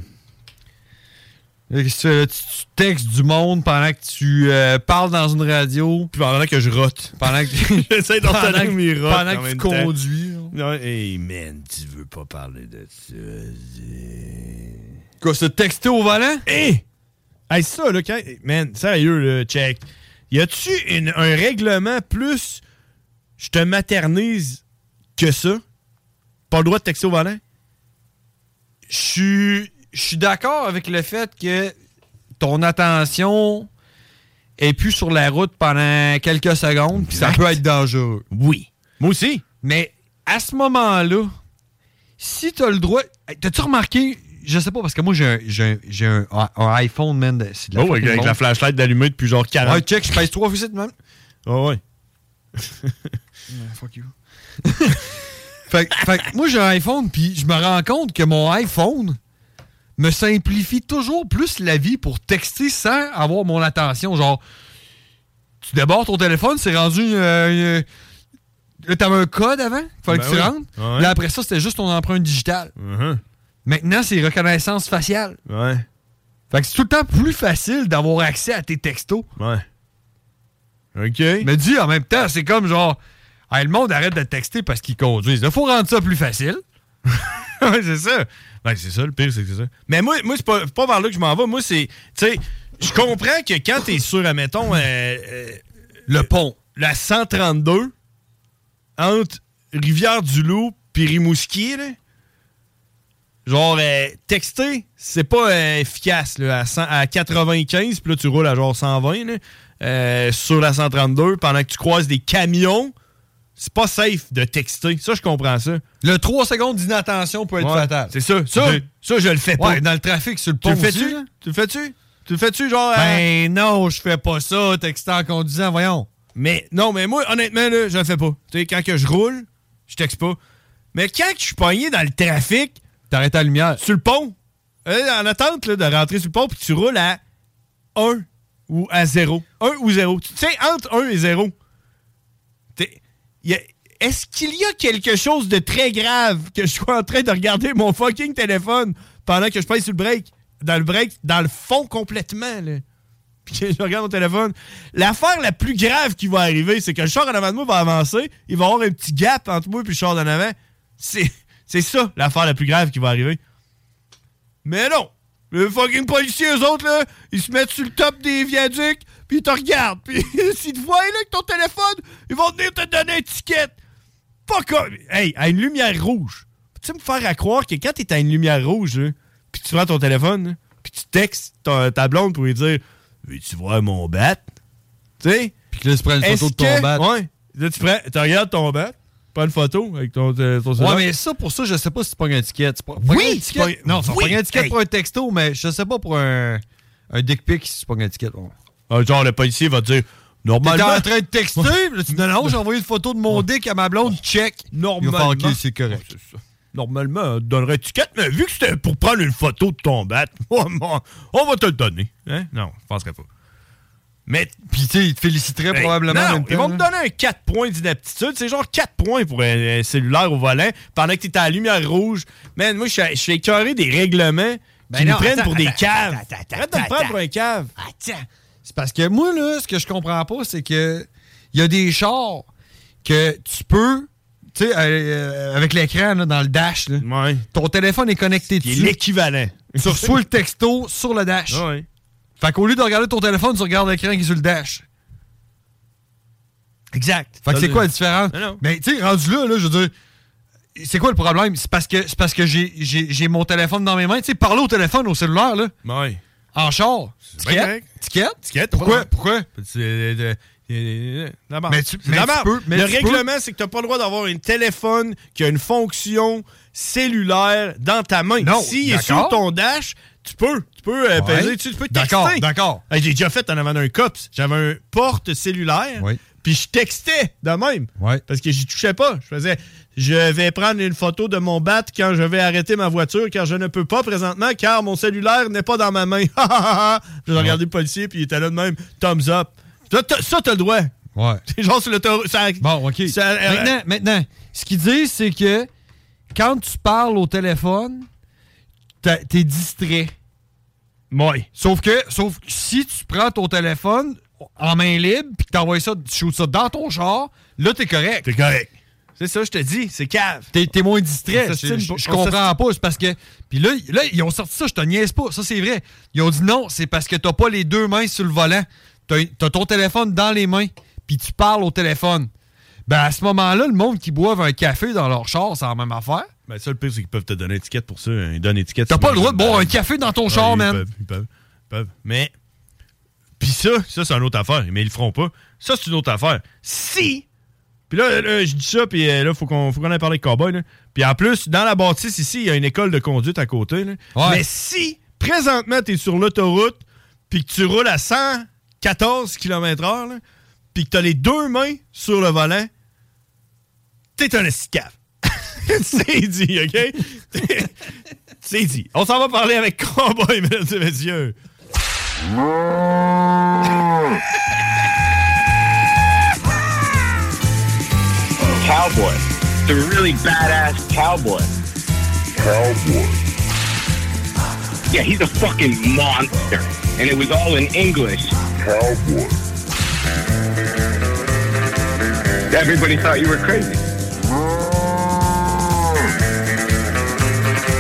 S3: Fait que Tu, tu- tu textes du monde pendant que tu euh, parles dans une radio.
S4: Puis pendant que je rote.
S3: Pendant que.
S4: J'essaie d'en
S3: Pendant
S4: tenir
S3: que-
S4: mes rotes
S3: pendant
S4: en
S3: que tu
S4: même temps.
S3: conduis,
S4: Non, hey, man, tu veux pas parler de ça.
S3: Quoi, se texter au volant?
S4: Hé! Hey, ça, là, quand. Man, sérieux, là, check. Y a-tu une- un règlement plus je te maternise que ça? Pas le droit de texter au volant?
S3: je suis- je suis d'accord avec le fait que ton attention est plus sur la route pendant quelques secondes, puis ça peut être dangereux.
S4: Oui. Moi aussi.
S3: Mais à ce moment-là, si t'as le droit. Hey, T'as-tu remarqué? Je sais pas, parce que moi, j'ai un, j'ai un- j'ai un- un iPhone, man. de- c'est de la
S4: Oh,
S3: fucking
S4: avec, avec
S3: bombe.
S4: la flashlight d'allumée depuis genre 40.
S3: Ouais, check, je pèse trois fois de même.
S4: Oh, ouais.
S3: fuck you. fait, que- fait que moi, j'ai un iPhone, puis je me rends compte que mon iPhone me simplifie toujours plus la vie pour texter sans avoir mon attention. Genre, tu débordes ton téléphone, c'est rendu... euh, euh, là, t'avais un code avant, fallait
S4: Ben
S3: que tu
S4: oui.
S3: rentres.
S4: Ouais.
S3: Là, après ça, c'était juste ton empreinte digitale.
S4: Mhm.
S3: Maintenant, c'est reconnaissance faciale.
S4: Ouais.
S3: Fait que c'est tout le temps plus facile d'avoir accès à tes textos.
S4: Ouais. OK.
S3: Mais dis, en même temps, c'est comme genre, Hey, le monde arrête de texter parce qu'ils conduisent. Il faut rendre ça plus facile.
S4: ouais, c'est ça. Ouais, c'est ça, le pire, c'est que c'est ça. Mais moi, moi c'est pas, c'est pas vers là que je m'en vais. Moi, c'est. Tu sais, je comprends que quand t'es sur, admettons. euh,
S3: le pont.
S4: La 132, entre Rivière-du-Loup puis Rimouski, là, Genre, euh, texter, c'est pas euh, efficace. Là, à, 100 à 95, puis là, tu roules à genre 120 là, euh, sur la 132 pendant que tu croises des camions. C'est pas safe de texter. Ça, je comprends ça.
S3: Le 3 secondes d'inattention peut être
S4: Ouais,
S3: fatal.
S4: C'est ça. Ça, ça, je le fais pas.
S3: Ouais, dans le trafic, sur le
S4: Tu
S3: pont
S4: le fais-tu?
S3: aussi, là.
S4: Tu le fais-tu? Tu le fais-tu, genre. Ben non, je fais pas ça, texter en conduisant, voyons. Mais non, mais moi, honnêtement, là, je le fais pas. Tu sais, quand que je roule, je texte pas. Mais quand que je suis pogné dans le trafic. T'arrêtes la lumière. Sur le pont. euh, en attente là, de rentrer sur le pont, puis tu roules à 1 ou à 0. 1 ou 0. Tu sais, entre 1 et 0. T'es- y a- Est-ce qu'il y a quelque chose de très grave que je sois en train de regarder mon fucking téléphone pendant que je passe sur le break? Dans le break, dans le fond complètement, là. Puis que je regarde mon téléphone. L'affaire la plus grave qui va arriver, c'est que le char en avant de moi va avancer, il va y avoir un petit gap entre moi et le char d'en avant. C'est c'est ça, l'affaire la plus grave qui va arriver. Mais non! Le fucking policier, eux autres, là, ils se mettent sur le top des viaducs, puis ils te regardent. Puis s'ils te voient, là, avec ton téléphone, ils vont venir te donner un ticket. Pas comme... Hey, à une lumière rouge. Peux-tu me faire à croire que quand t'es à une lumière rouge, là, puis tu prends ton téléphone, là, puis tu textes ton- ta blonde pour lui dire « Veux-tu voir mon bat? » Tu sais? Puis que là, tu prends
S3: une photo de ton bat.
S4: Ouais. Là, tu, prends, tu regardes ton bat, prends une photo avec ton, euh, ton
S3: Ouais,
S4: cellulaire.
S3: mais ça, pour ça, je sais pas si tu pognes un ticket. Tu pognes
S4: Oui,
S3: un
S4: tu
S3: ticket.
S4: pognes-
S3: Non, tu
S4: oui,
S3: pognes un ticket
S4: hey.
S3: pour un texto, mais je sais pas pour un, un dick pic si tu pognes un ticket. Bon.
S4: Ah, genre, le policier va te dire
S3: T'es
S4: normalement.
S3: en train de texter, puis là, tu dis non, non, j'ai envoyé une photo de mon dick à ma blonde, check.
S4: Normalement.
S3: Il va faire, ok, c'est correct.
S4: Normalement, on te donnerait une ticket, mais vu que c'était pour prendre une photo de ton bat, oh, mon- on va te le donner. Hein? Non, je penserais pas. Mais.
S3: Puis, tu sais, ils te féliciteraient
S4: Hey,
S3: probablement.
S4: non,
S3: en même
S4: ils
S3: temps,
S4: vont te
S3: là.
S4: donner un 4 points d'inaptitude. C'est genre 4 points pour euh, un, un cellulaire au volant pendant que t'es à la lumière rouge. Man, moi, je suis- je suis écœuré des règlements
S3: Ben
S4: qui nous
S3: non,
S4: prennent
S3: attends,
S4: pour des
S3: attends,
S4: caves.
S3: attends, attends,
S4: Arrête de me
S3: attends,
S4: prendre pour un cave.
S3: C'est parce que moi, là, ce que je comprends pas, c'est que il y a des chars que tu peux. Tu sais, euh, euh, avec l'écran là, dans le dash, là, ton téléphone est connecté dessus.
S4: l'équivalent.
S3: Tu reçois le texto sur le dash. Fait qu'au lieu de regarder ton téléphone, tu regardes l'écran qui est sur le dash.
S4: Exact.
S3: Fait que c'est quoi la différence?
S4: Non, non.
S3: Mais tu sais, rendu là, là, je veux dire, c'est quoi le problème? C'est parce que c'est parce que j'ai- j'ai j'ai mon téléphone dans mes mains. Tu sais, parler au téléphone, au cellulaire, là.
S4: Ouais.
S3: En char.
S4: bien
S3: Ticket.
S4: correct.
S3: Ticket.
S4: Ticket,
S3: Pourquoi?
S4: problème.
S3: Pourquoi?
S4: C'est de- euh, de- de- de- la marde.
S3: Mais tu-
S4: C'est
S3: mais
S4: la
S3: tu
S4: marde.
S3: peux- mais
S4: le
S3: tu peux.
S4: règlement, c'est que t'as pas le droit d'avoir un téléphone qui a une fonction cellulaire dans ta main.
S3: Non,
S4: S'il est
S3: d'accord.
S4: sur ton dash, tu peux. Tu peux euh,
S3: Ouais.
S4: peser dessus, tu peux texter.
S3: D'accord, d'accord.
S4: Hey, J'ai déjà fait en avant d'un COPS. J'avais un porte cellulaire. Puis je textais de même. Parce que j'y touchais pas. Je faisais je vais prendre une photo de mon bat quand je vais arrêter ma voiture car je ne peux pas présentement car mon cellulaire n'est pas dans ma main. je regardais le policier puis il était là de même thumbs up. Ça, t'as- ça, t'as le droit.
S3: Ouais.
S4: C'est genre sur l'autoroute. Bon, OK.
S3: Maintenant, maintenant, ce qu'ils disent, c'est que quand tu parles au téléphone, t'as- t'es distrait.
S4: Oui.
S3: Sauf que, sauf que si tu prends ton téléphone en main libre puis que t'envoies ça, tu shoots ça dans ton char, là, t'es correct. T'es
S4: correct. C'est ça, je te dis, c'est cave.
S3: T'es t'es moins distrait.
S4: On
S3: Je,
S4: s'estime
S3: je-
S4: pas-
S3: je
S4: on
S3: comprends pas. C'est parce que. Puis là, là, ils ont sorti ça, je te niaise pas. Ça, c'est vrai. Ils ont dit non, c'est parce que t'as pas les deux mains sur le volant. T'as t'as ton téléphone dans les mains, puis tu parles au téléphone. Ben, à ce moment-là, le monde qui boive un café dans leur char, c'est la même affaire.
S4: Ben, ça, le pire, c'est qu'ils peuvent te donner une étiquette pour ça. hein. Ils donnent une étiquette.
S3: T'as
S4: sur
S3: pas
S4: le-
S3: le droit de boire un café dans ton
S4: Ouais,
S3: char,
S4: ils
S3: man.
S4: peuvent, ils peuvent, ils peuvent. Mais. Puis ça, ça, c'est une autre affaire. Mais ils le feront pas. Ça, c'est une autre affaire. Si. Puis là, là, je dis ça, puis euh, là, faut qu'on faut qu'on aille parler de cowboy. là. Puis en plus, dans la bâtisse ici, il y a une école de conduite à côté. là. Mais si, présentement, t'es sur l'autoroute, puis que tu roules à 114 km/h, là, puis que t'as les deux mains sur le volant, t'es un escave. c'est dit, OK? c'est dit. On s'en va parler avec Cowboy, mesdames et messieurs.
S6: Cowboy. The really badass cowboy. Cowboy. Yeah, he's a fucking monster. And it was all in English. Cowboy. Everybody thought you were crazy.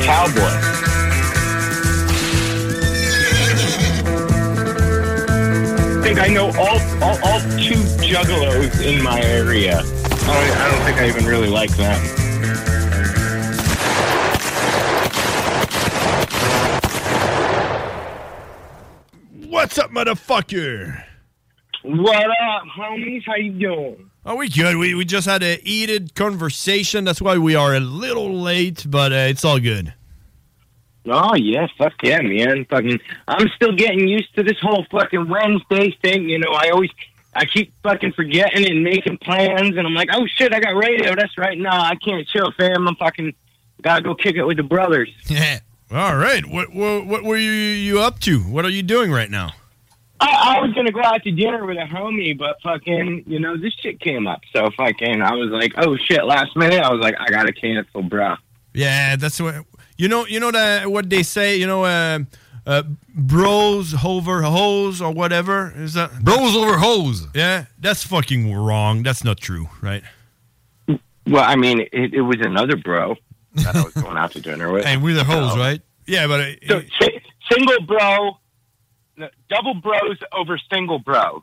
S6: Cowboy. I think I know all, all, all two juggalos in my area. I don't, I don't think I even really like them.
S4: What's up, motherfucker?
S6: What up, homies? How you doing?
S4: Are Oh, we good? We, we just had a heated conversation. That's why we are a little late, but uh, it's all good.
S6: Oh yeah, fuck yeah, man. Fucking, I'm still getting used to this whole fucking Wednesday thing. You know, I always, I keep fucking forgetting and making plans, and I'm like, oh shit, I got radio. That's right. Nah, I can't chill, fam. I'm fucking gotta go kick it with the brothers.
S4: Yeah. All right. What, what what were you you up to? What are you doing right now?
S6: I, I was gonna go out to dinner with a homie, but fucking, you know, this shit came up. So fucking, I was like, oh shit, last minute. I was like, I gotta cancel, bruh.
S4: Yeah, that's what you know. You know that what they say. You know, uh, uh, bros over hoes or whatever is that? Bros over hoes. Yeah, that's fucking wrong. That's not true, right?
S6: Well, I mean, it, it was another bro that I was going out to dinner with.
S4: Hey, we're the hoes, right? Yeah, but uh, it,
S6: So, si- single bro, no, double bros over single bro.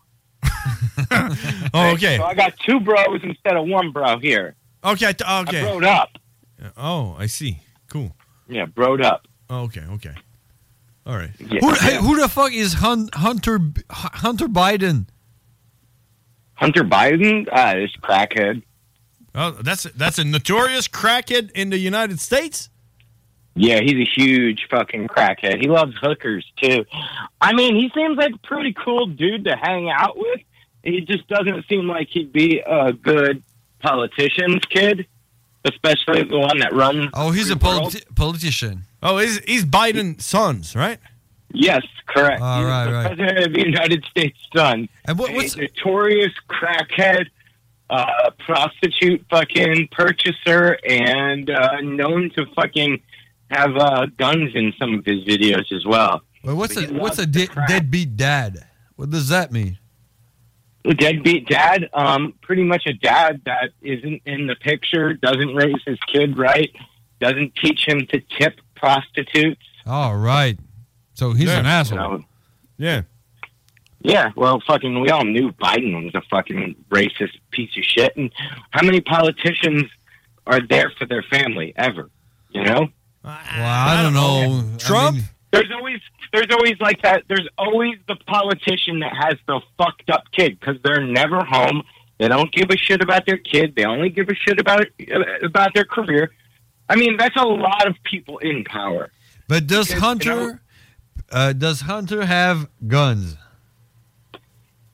S4: oh, okay.
S6: So I got two bros instead of one bro here.
S4: Okay, I th- okay.
S6: I broed up.
S4: Oh, I see. Cool. Oh,
S6: Yeah, broed up.
S4: Okay, okay. All right.
S3: Who, hey, who the fuck is Hun, Hunter B- Hu- Hunter Biden?
S6: Hunter Biden, uh, this crackhead.
S4: Oh, that's that's a notorious crackhead in the United States.
S6: Yeah, he's a huge fucking crackhead. He loves hookers too. I mean, he seems like a pretty cool dude to hang out with. He just doesn't seem like he'd be a good politician's kid, especially the one that runs.
S3: Oh, he's a politi- politician.
S4: Oh, he's he's Biden's sons, right?
S6: Yes, correct. He's
S3: right,
S6: the
S3: right.
S6: President of the United States son.
S3: And what,
S6: what's notorious crackhead, uh, prostitute fucking purchaser, and uh, known to fucking have uh, guns in some of his videos as well.
S3: Well, what's a what's a de- deadbeat dad? What does that mean?
S6: A Deadbeat dad, um, pretty much a dad that isn't in the picture, doesn't raise his kid right, doesn't teach him to tip prostitutes.
S3: All right. So he's an asshole.
S4: Yeah.
S6: Yeah, well, fucking, we all knew Biden was a fucking racist piece of shit. And how many politicians are there for their family ever? You know?
S3: Well, Oh, I don't know. Trump?
S6: There's always, there's always like that. There's always the politician that has the fucked up kid because they're never home. They don't give a shit about their kid. They only give a shit about about their career. I mean, that's a lot of people in power.
S3: But does
S6: Because, you
S3: Hunter
S6: know-
S3: uh, does Hunter have guns?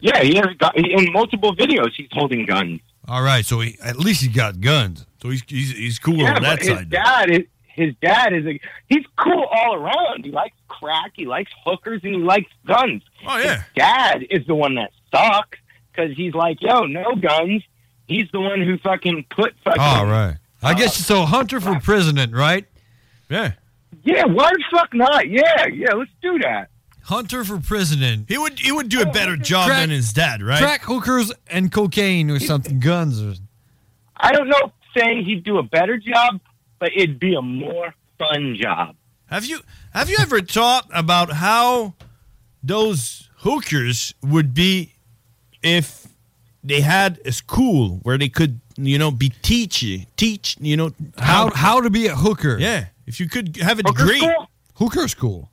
S6: Yeah, he has gu- in multiple videos. He's holding guns.
S3: All right, so he, at least he got guns.
S4: So he's he's, he's cool
S6: yeah, but his dad is his dad is a, he's cool all around. He likes crack, he likes hookers, and he likes guns.
S4: Oh yeah,
S6: his dad is the one that sucks because he's like, yo, no guns. He's the one who fucking put fucking
S4: Ah,
S3: All right. I guess
S4: Uh,
S3: so. Hunter for president, right?
S4: Yeah.
S6: yeah. Why the fuck not? Yeah, yeah. Let's do that.
S3: Hunter for president.
S4: He would he would do a
S6: Oh,
S4: better job than his dad, right?
S3: Crack hookers and cocaine or something, guns or
S6: I don't know if saying he'd do a better job, but it'd be a more fun job.
S4: Have you have you ever thought about how those hookers would be if they had a school where they could, you know, be teaching, teach, you know,
S3: how how to be a hooker?
S4: Yeah, if you could have a
S6: Hooker
S4: degree,
S6: school?
S3: hooker school.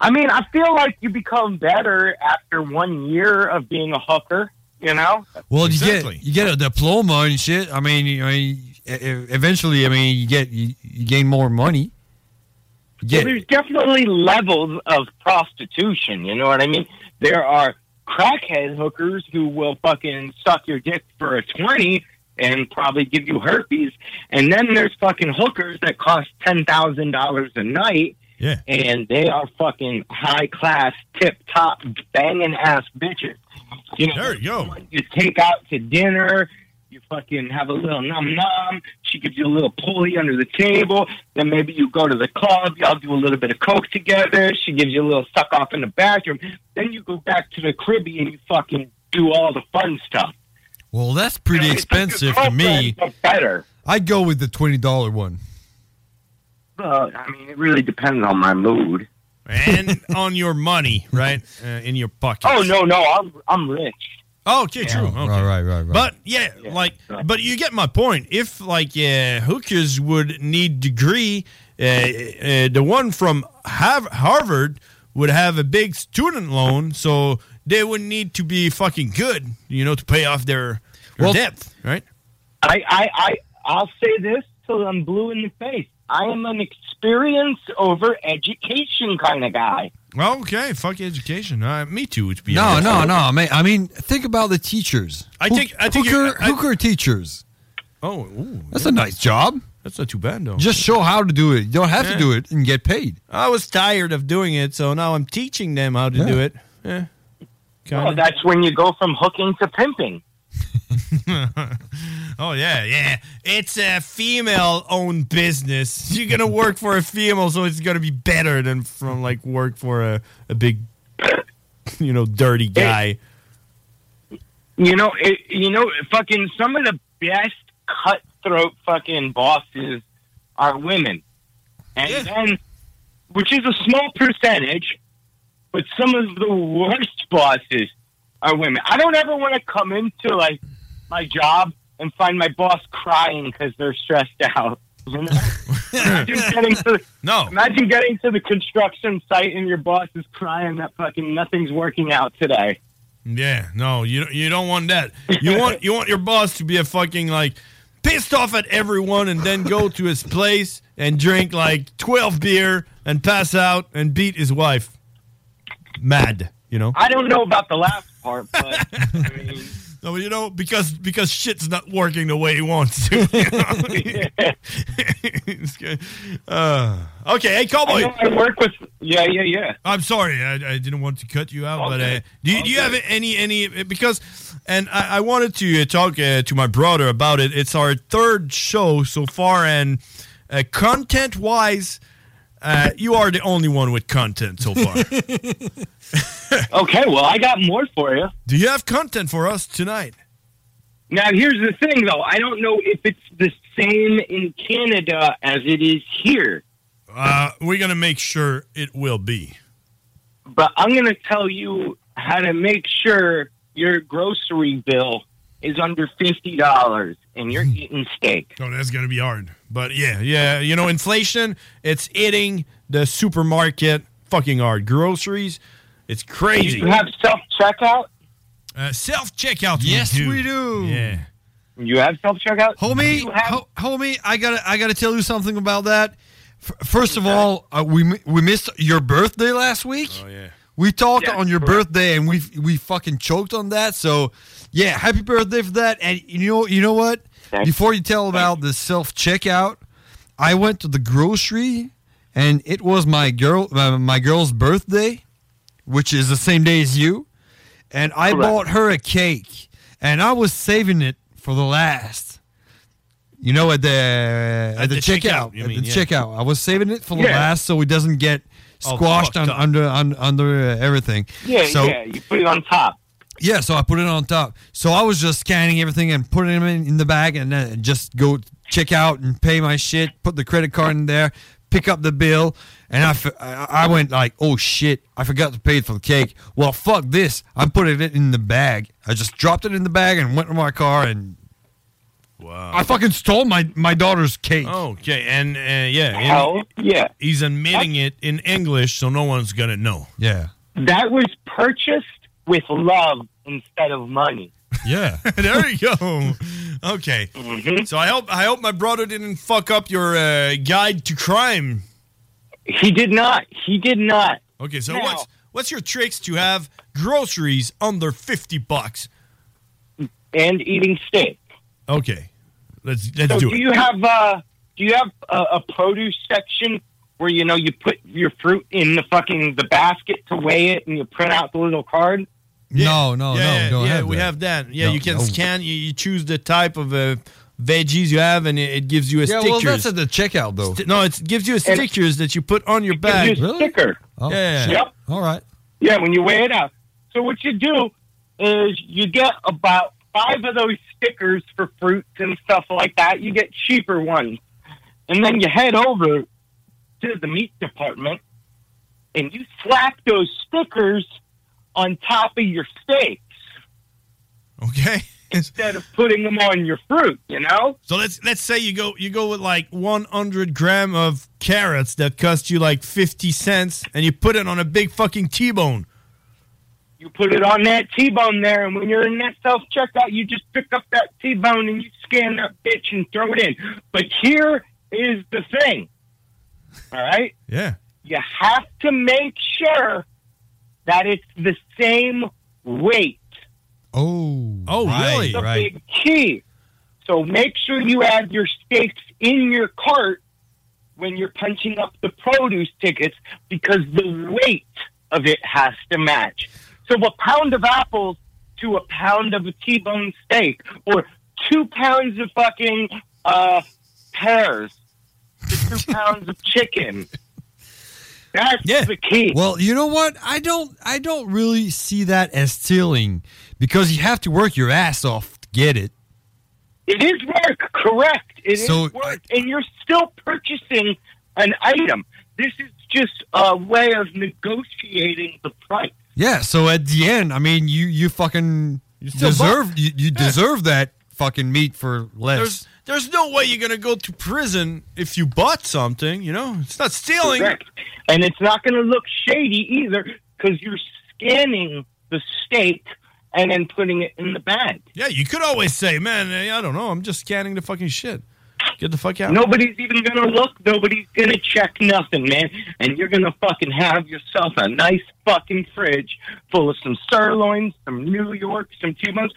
S6: I mean, I feel like you become better after one year of being a hooker. You know,
S3: Well, you get you get a diploma and shit. I mean, you- I mean, e- e- eventually, I mean, you get you, you gain more money. You
S6: Well,
S3: get-
S6: there's definitely levels of prostitution. You know what I mean? There are crackhead hookers who will fucking suck your dick for a twenty and probably give you herpes, and then there's fucking hookers that cost ten thousand dollars a night.
S4: Yeah.
S6: And they are fucking high class, tip top, banging ass bitches. You know,
S4: there you go.
S6: You take out to dinner. You fucking have a little nom nom. She gives you a little pulley under the table. Then maybe you go to the club. Y'all do a little bit of coke together. She gives you a little suck off in the bathroom. Then you go back to the cribby and you fucking do all the fun stuff.
S3: well, that's pretty expensive to me.
S6: Better.
S3: I'd go with the twenty dollar one.
S6: Well, I mean, it really depends on my mood.
S4: and on your money, right, uh, in your pocket.
S6: Oh no, no, I'm I'm rich.
S4: Oh, okay, true. Okay.
S3: Right, right, right, right.
S4: But yeah, like, but you get my point. If like uh, hookers would need degree, uh, uh, the one from Hav- Harvard would have a big student loan, so they would need to be fucking good, you know, to pay off their, their
S6: Well-
S4: debt, right?
S6: I, I, I, I'll say this till I'm blue in the face. I am an experience over education kind of guy.
S4: Well, okay, fuck education. Uh, me too, to be
S3: No,
S4: honest.
S3: no, no. Man, I mean, think about the teachers.
S4: I think- I think
S3: hooker,
S4: you're- I-
S3: hooker teachers.
S4: Oh, ooh,
S3: That's
S4: yeah.
S3: a nice job.
S4: That's not too bad, though.
S3: Just show how to do it. You don't have
S4: Yeah.
S3: to do it and get paid.
S4: I was tired of doing it, so now I'm teaching them how to do it. Yeah.
S6: Well, Oh, that's when you go from hooking to pimping.
S4: Oh yeah, yeah. It's a female-owned business. You're gonna work for a female, so it's gonna be better than from like work for a, a big, you know, dirty guy.
S6: You know, it, you know, fucking some of the best cutthroat fucking bosses are women, and then, which is a small percentage, but some of the worst bosses are women. I don't ever want to come into like my job and find my boss crying because they're stressed out. You know? imagine getting to,
S4: no.
S6: Imagine getting to the construction site and your boss is crying that fucking nothing's working out today.
S4: Yeah, no, you you don't want that. You want you want your boss to be a fucking like pissed off at everyone, and then go to his place and drink like twelve beer and pass out and beat his wife. Mad, you know.
S6: I don't know about the last part, but
S4: No, you know because because shit's not working the way he wants to. you know? It's good. Uh, okay, hey
S6: I
S4: cowboy.
S6: know I work with. Yeah, yeah, yeah.
S4: I'm sorry, I, I didn't want to cut you out, but uh, do, you do you have any any because, and I, I wanted to uh, talk uh, to my brother about it. It's our third show so far, and uh, content wise, uh, you are the only one with content so far.
S6: okay, well, I got more for you.
S4: Do you have content for us tonight?
S6: Now, here's the thing, though. I don't know if it's the same in Canada as it is here,
S4: Uh, we're gonna make sure it will be.
S6: but I'm going to tell you how to make sure your grocery bill is under $50 and you're eating steak.
S4: Oh, that's gonna be hard. But yeah, yeah, you know, inflation, it's eating the supermarket fucking hard. Groceries, it's crazy.
S6: You have self checkout?
S4: Uh, self checkout.
S3: Yes,
S4: we do.
S3: we do.
S4: Yeah.
S6: You have self checkout?
S3: Homie, ho- homie, I gotta, I gotta tell you something about that. F- first of all, uh, we mi- we missed your birthday last week. Oh yeah, we talked on your birthday and we we fucking choked on that. So yeah, happy birthday for that. And you know, you know what? Before you tell about the self checkout, I went to the grocery and it was my girl, uh, my girl's birthday, which is the same day as you and I bought her a cake, and I was saving it for the last. You know, at the at, the,
S4: the
S3: checkout,
S4: checkout, you
S3: at
S4: mean,
S3: the
S4: yeah.
S3: checkout, I was saving it for the
S4: Yeah.
S3: last so it doesn't get
S4: All
S3: squashed
S4: fucked
S3: on,
S4: up.
S3: under on, under uh, everything.
S6: Yeah,
S3: so,
S6: yeah. You put it on top.
S3: Yeah, so I put it on top. So I was just scanning everything and putting them in, in the bag, and then just go check out and pay my shit. Put the credit card in there, pick up the bill, and I, f- I- I went like, oh shit, I forgot to pay for the cake. Well, fuck this. I put it in the bag. I just dropped it in the bag and went to my car and.
S4: Wow.
S3: I fucking stole my, my daughter's cake.
S4: Okay, and uh, yeah, and-
S3: Hell,
S6: yeah.
S4: He's admitting it in English, so no one's gonna know.
S3: Yeah.
S6: That was purchased with love instead of money.
S3: Yeah.
S4: there you go. Okay.
S6: Mm-hmm.
S4: So I hope I hope my brother didn't fuck up your uh, guide to crime.
S6: He did not. He did not.
S4: Okay. So
S6: Now-
S4: what's what's your tricks to have groceries under fifty bucks?
S6: And eating steak.
S4: Okay. Let's let's
S6: so
S4: do,
S6: do
S4: it.
S6: you have uh do you have a, a produce section where you know you put your fruit in the fucking the basket to weigh it and you print out the little card?
S3: No, Oh, no,
S4: yeah,
S3: no.
S4: yeah,
S3: Don't
S4: yeah,
S3: have
S4: we
S3: that.
S4: have that. Yeah,
S3: No,
S4: you can
S3: no.
S4: scan. You, you choose the type of uh, veggies you have, and it, it gives you a
S3: yeah,
S4: stickers.
S3: well, that's at the checkout though.
S4: Sti- no, it gives you a stickers that you put on your bag.
S6: gives you a sticker.
S3: Oh,
S4: Yeah.
S3: shit.
S6: Yep.
S3: All right.
S6: Yeah, when you weigh it out. So what you do is you get about five of those stickers for fruits and stuff like that. You get cheaper ones. And then you head over to the meat department and you slap those stickers on top of your steaks.
S4: Okay.
S6: Instead of putting them on your fruit, you know?
S4: So let's let's say you go you go with like 100 gram of carrots that cost you like 50 cents, and you put it on a big fucking T-bone.
S6: You put it on that T bone there, and when you're in that self checkout, you just pick up that T bone and you scan that bitch and throw it in. But here is the thing All right?
S4: Yeah.
S6: You have to make sure that it's the same weight.
S3: Oh.
S4: Oh, really?
S6: That's the big key. So make sure you have your steaks in your cart when you're punching up the produce tickets because the weight of it has to match. So a pound of apples to a pound of a T-bone steak or two pounds of fucking uh, pears to two pounds of chicken. That's the key.
S3: Well, you know what? I don't I don't really see that as stealing because you have to work your ass off to get it.
S6: It is work, correct. It is
S3: So,
S6: work, and you're still purchasing an item. This is just a way of negotiating the price.
S3: Yeah, so at the end, I mean, you you fucking
S4: still
S3: deserve
S4: buck.
S3: you, you deserve that fucking meat for less.
S4: There's there's no way you're gonna go to prison if you bought something. You know, it's not stealing.
S6: Correct. And it's not going to look shady either because you're scanning the steak and then putting it in the bag.
S4: Yeah, you could always say, man, eh, I don't know, I'm just scanning the fucking shit. Get the fuck out.
S6: Nobody's even going to look. Nobody's going to check nothing, man. And you're going to fucking have yourself a nice fucking fridge full of some sirloin, some New York, some T-bones.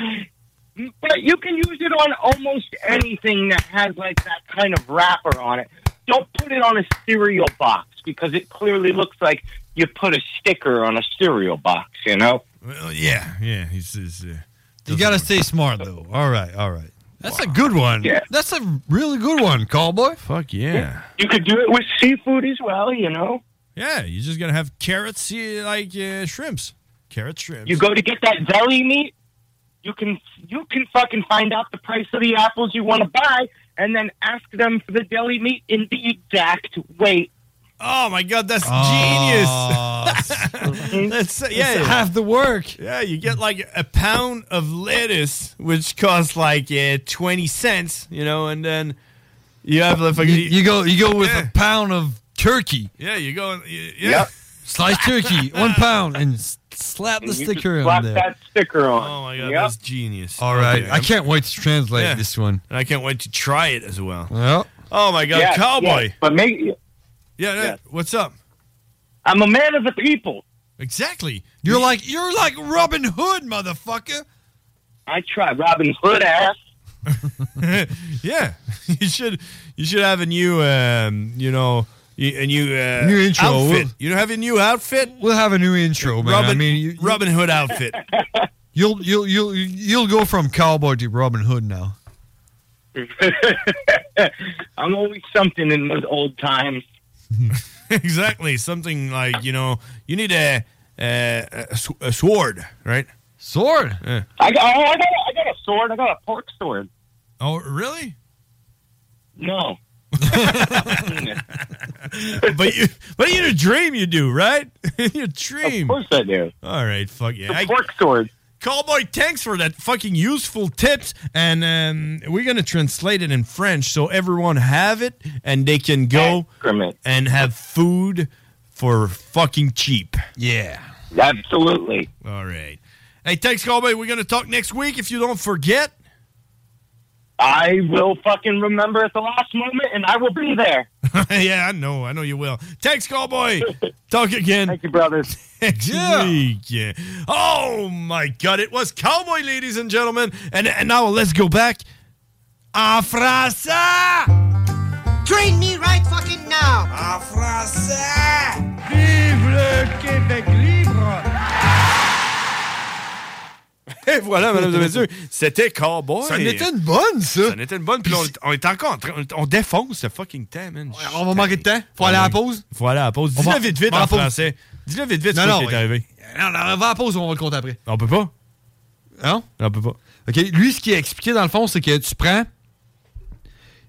S6: But you can use it on almost anything that has like that kind of wrapper on it. Don't put it on a cereal box because it clearly looks like you put a sticker on a cereal box, you know?
S4: Well, yeah, yeah. He's, he's uh,
S3: You gotta stay smart though. All right, all right. That's a good one.
S6: Yeah.
S3: That's a really good one, cowboy.
S4: Fuck yeah.
S6: You could do it with seafood as well, you know?
S4: yeah, you're just gonna have carrots eh, like uh, shrimps, carrot shrimps.
S6: You go to get that deli meat. You can you can fucking find out the price of the apples you want to buy, and then ask them for the deli meat in the exact weight.
S4: Oh my god, that's genius. that's yeah,
S3: Ah. It's half the work.
S4: Yeah, you get like a pound of lettuce, which costs like uh, twenty cents, you know, and then you have the fucking.
S3: You, you go you go with a pound of turkey,
S4: yeah, you go. and- you- Yeah.
S3: Yep. sliced turkey, one pound, and s- slap the
S4: And you just
S3: sticker
S4: slap
S3: on there.
S4: that
S6: sticker on.
S4: Oh my god,
S3: Yep.
S4: that's genius.
S3: All right,
S4: Okay,
S3: I can't wait to translate
S4: Yeah.
S3: this one.
S4: And I can't wait to try it as well.
S3: Well,
S4: Oh my god,
S6: Yes,
S4: cowboy.
S6: yes, but make yeah,
S4: yeah, what's up?
S6: I'm a man of the people.
S4: Exactly.
S3: You're like you're like Robin Hood, motherfucker.
S6: I try Robin Hood ass.
S4: yeah, you should you should have a new um, you know y- a new uh,
S3: New intro.
S4: outfit. You don't have a new outfit?
S3: We'll have a new intro, man.
S4: Robin,
S3: I mean, you,
S4: Robin Hood outfit.
S3: you'll you'll you'll you'll go from cowboy to Robin Hood now.
S6: I'm always something in those old times.
S4: exactly. Something like you know you need a a, a sw- a sword, right?
S3: Sword.
S6: I got, I, got, I got a sword. I got a pork sword.
S4: Oh, really?
S6: No.
S4: but you but in your dream you do, right? in your dream. Of
S6: course I do.
S4: All right, fuck yeah.
S6: The
S4: I-
S6: pork sword.
S4: Cowboy, thanks for that fucking useful tips. And um, we're going to translate it in French so everyone have it and they can go
S6: Excrement.
S4: and have food for fucking cheap. Yeah.
S6: Absolutely.
S4: All right. Hey, thanks, Cowboy. We're going to talk next week if you don't forget.
S6: I will fucking remember at the last moment, and I will be there.
S4: yeah, I know. I know you will. Thanks, Cowboy. talk again. Thank
S6: you, brothers.
S4: Next week. Yeah. Oh, my God. It was Cowboy, ladies and gentlemen. And, and now let's go back. En français!
S7: Train me right fucking now! En français! Vive le Québec libre!
S4: Et voilà, mesdames et messieurs, c'était Cowboy.
S3: Ça en était une bonne, ça.
S4: Ça en était une bonne. Puis on, on est encore en train. On, on défonce ce fucking temps, man.
S3: On va manquer de temps. Faut aller à la pause.
S4: Faut aller à la pause.
S3: On
S4: Dis-le
S3: va-
S4: vite, vite
S3: on
S4: en
S3: va à la pause.
S4: français. Dis-le vite, vite
S3: Non,
S4: ce
S3: non,
S4: qui est
S3: oui.
S4: arrivé.
S3: Non, non, on va à la pause, on va le compter après.
S4: On peut pas.
S3: Hein?
S4: On peut pas.
S3: OK. Lui, ce qu'il a expliqué, dans le fond, c'est que tu prends.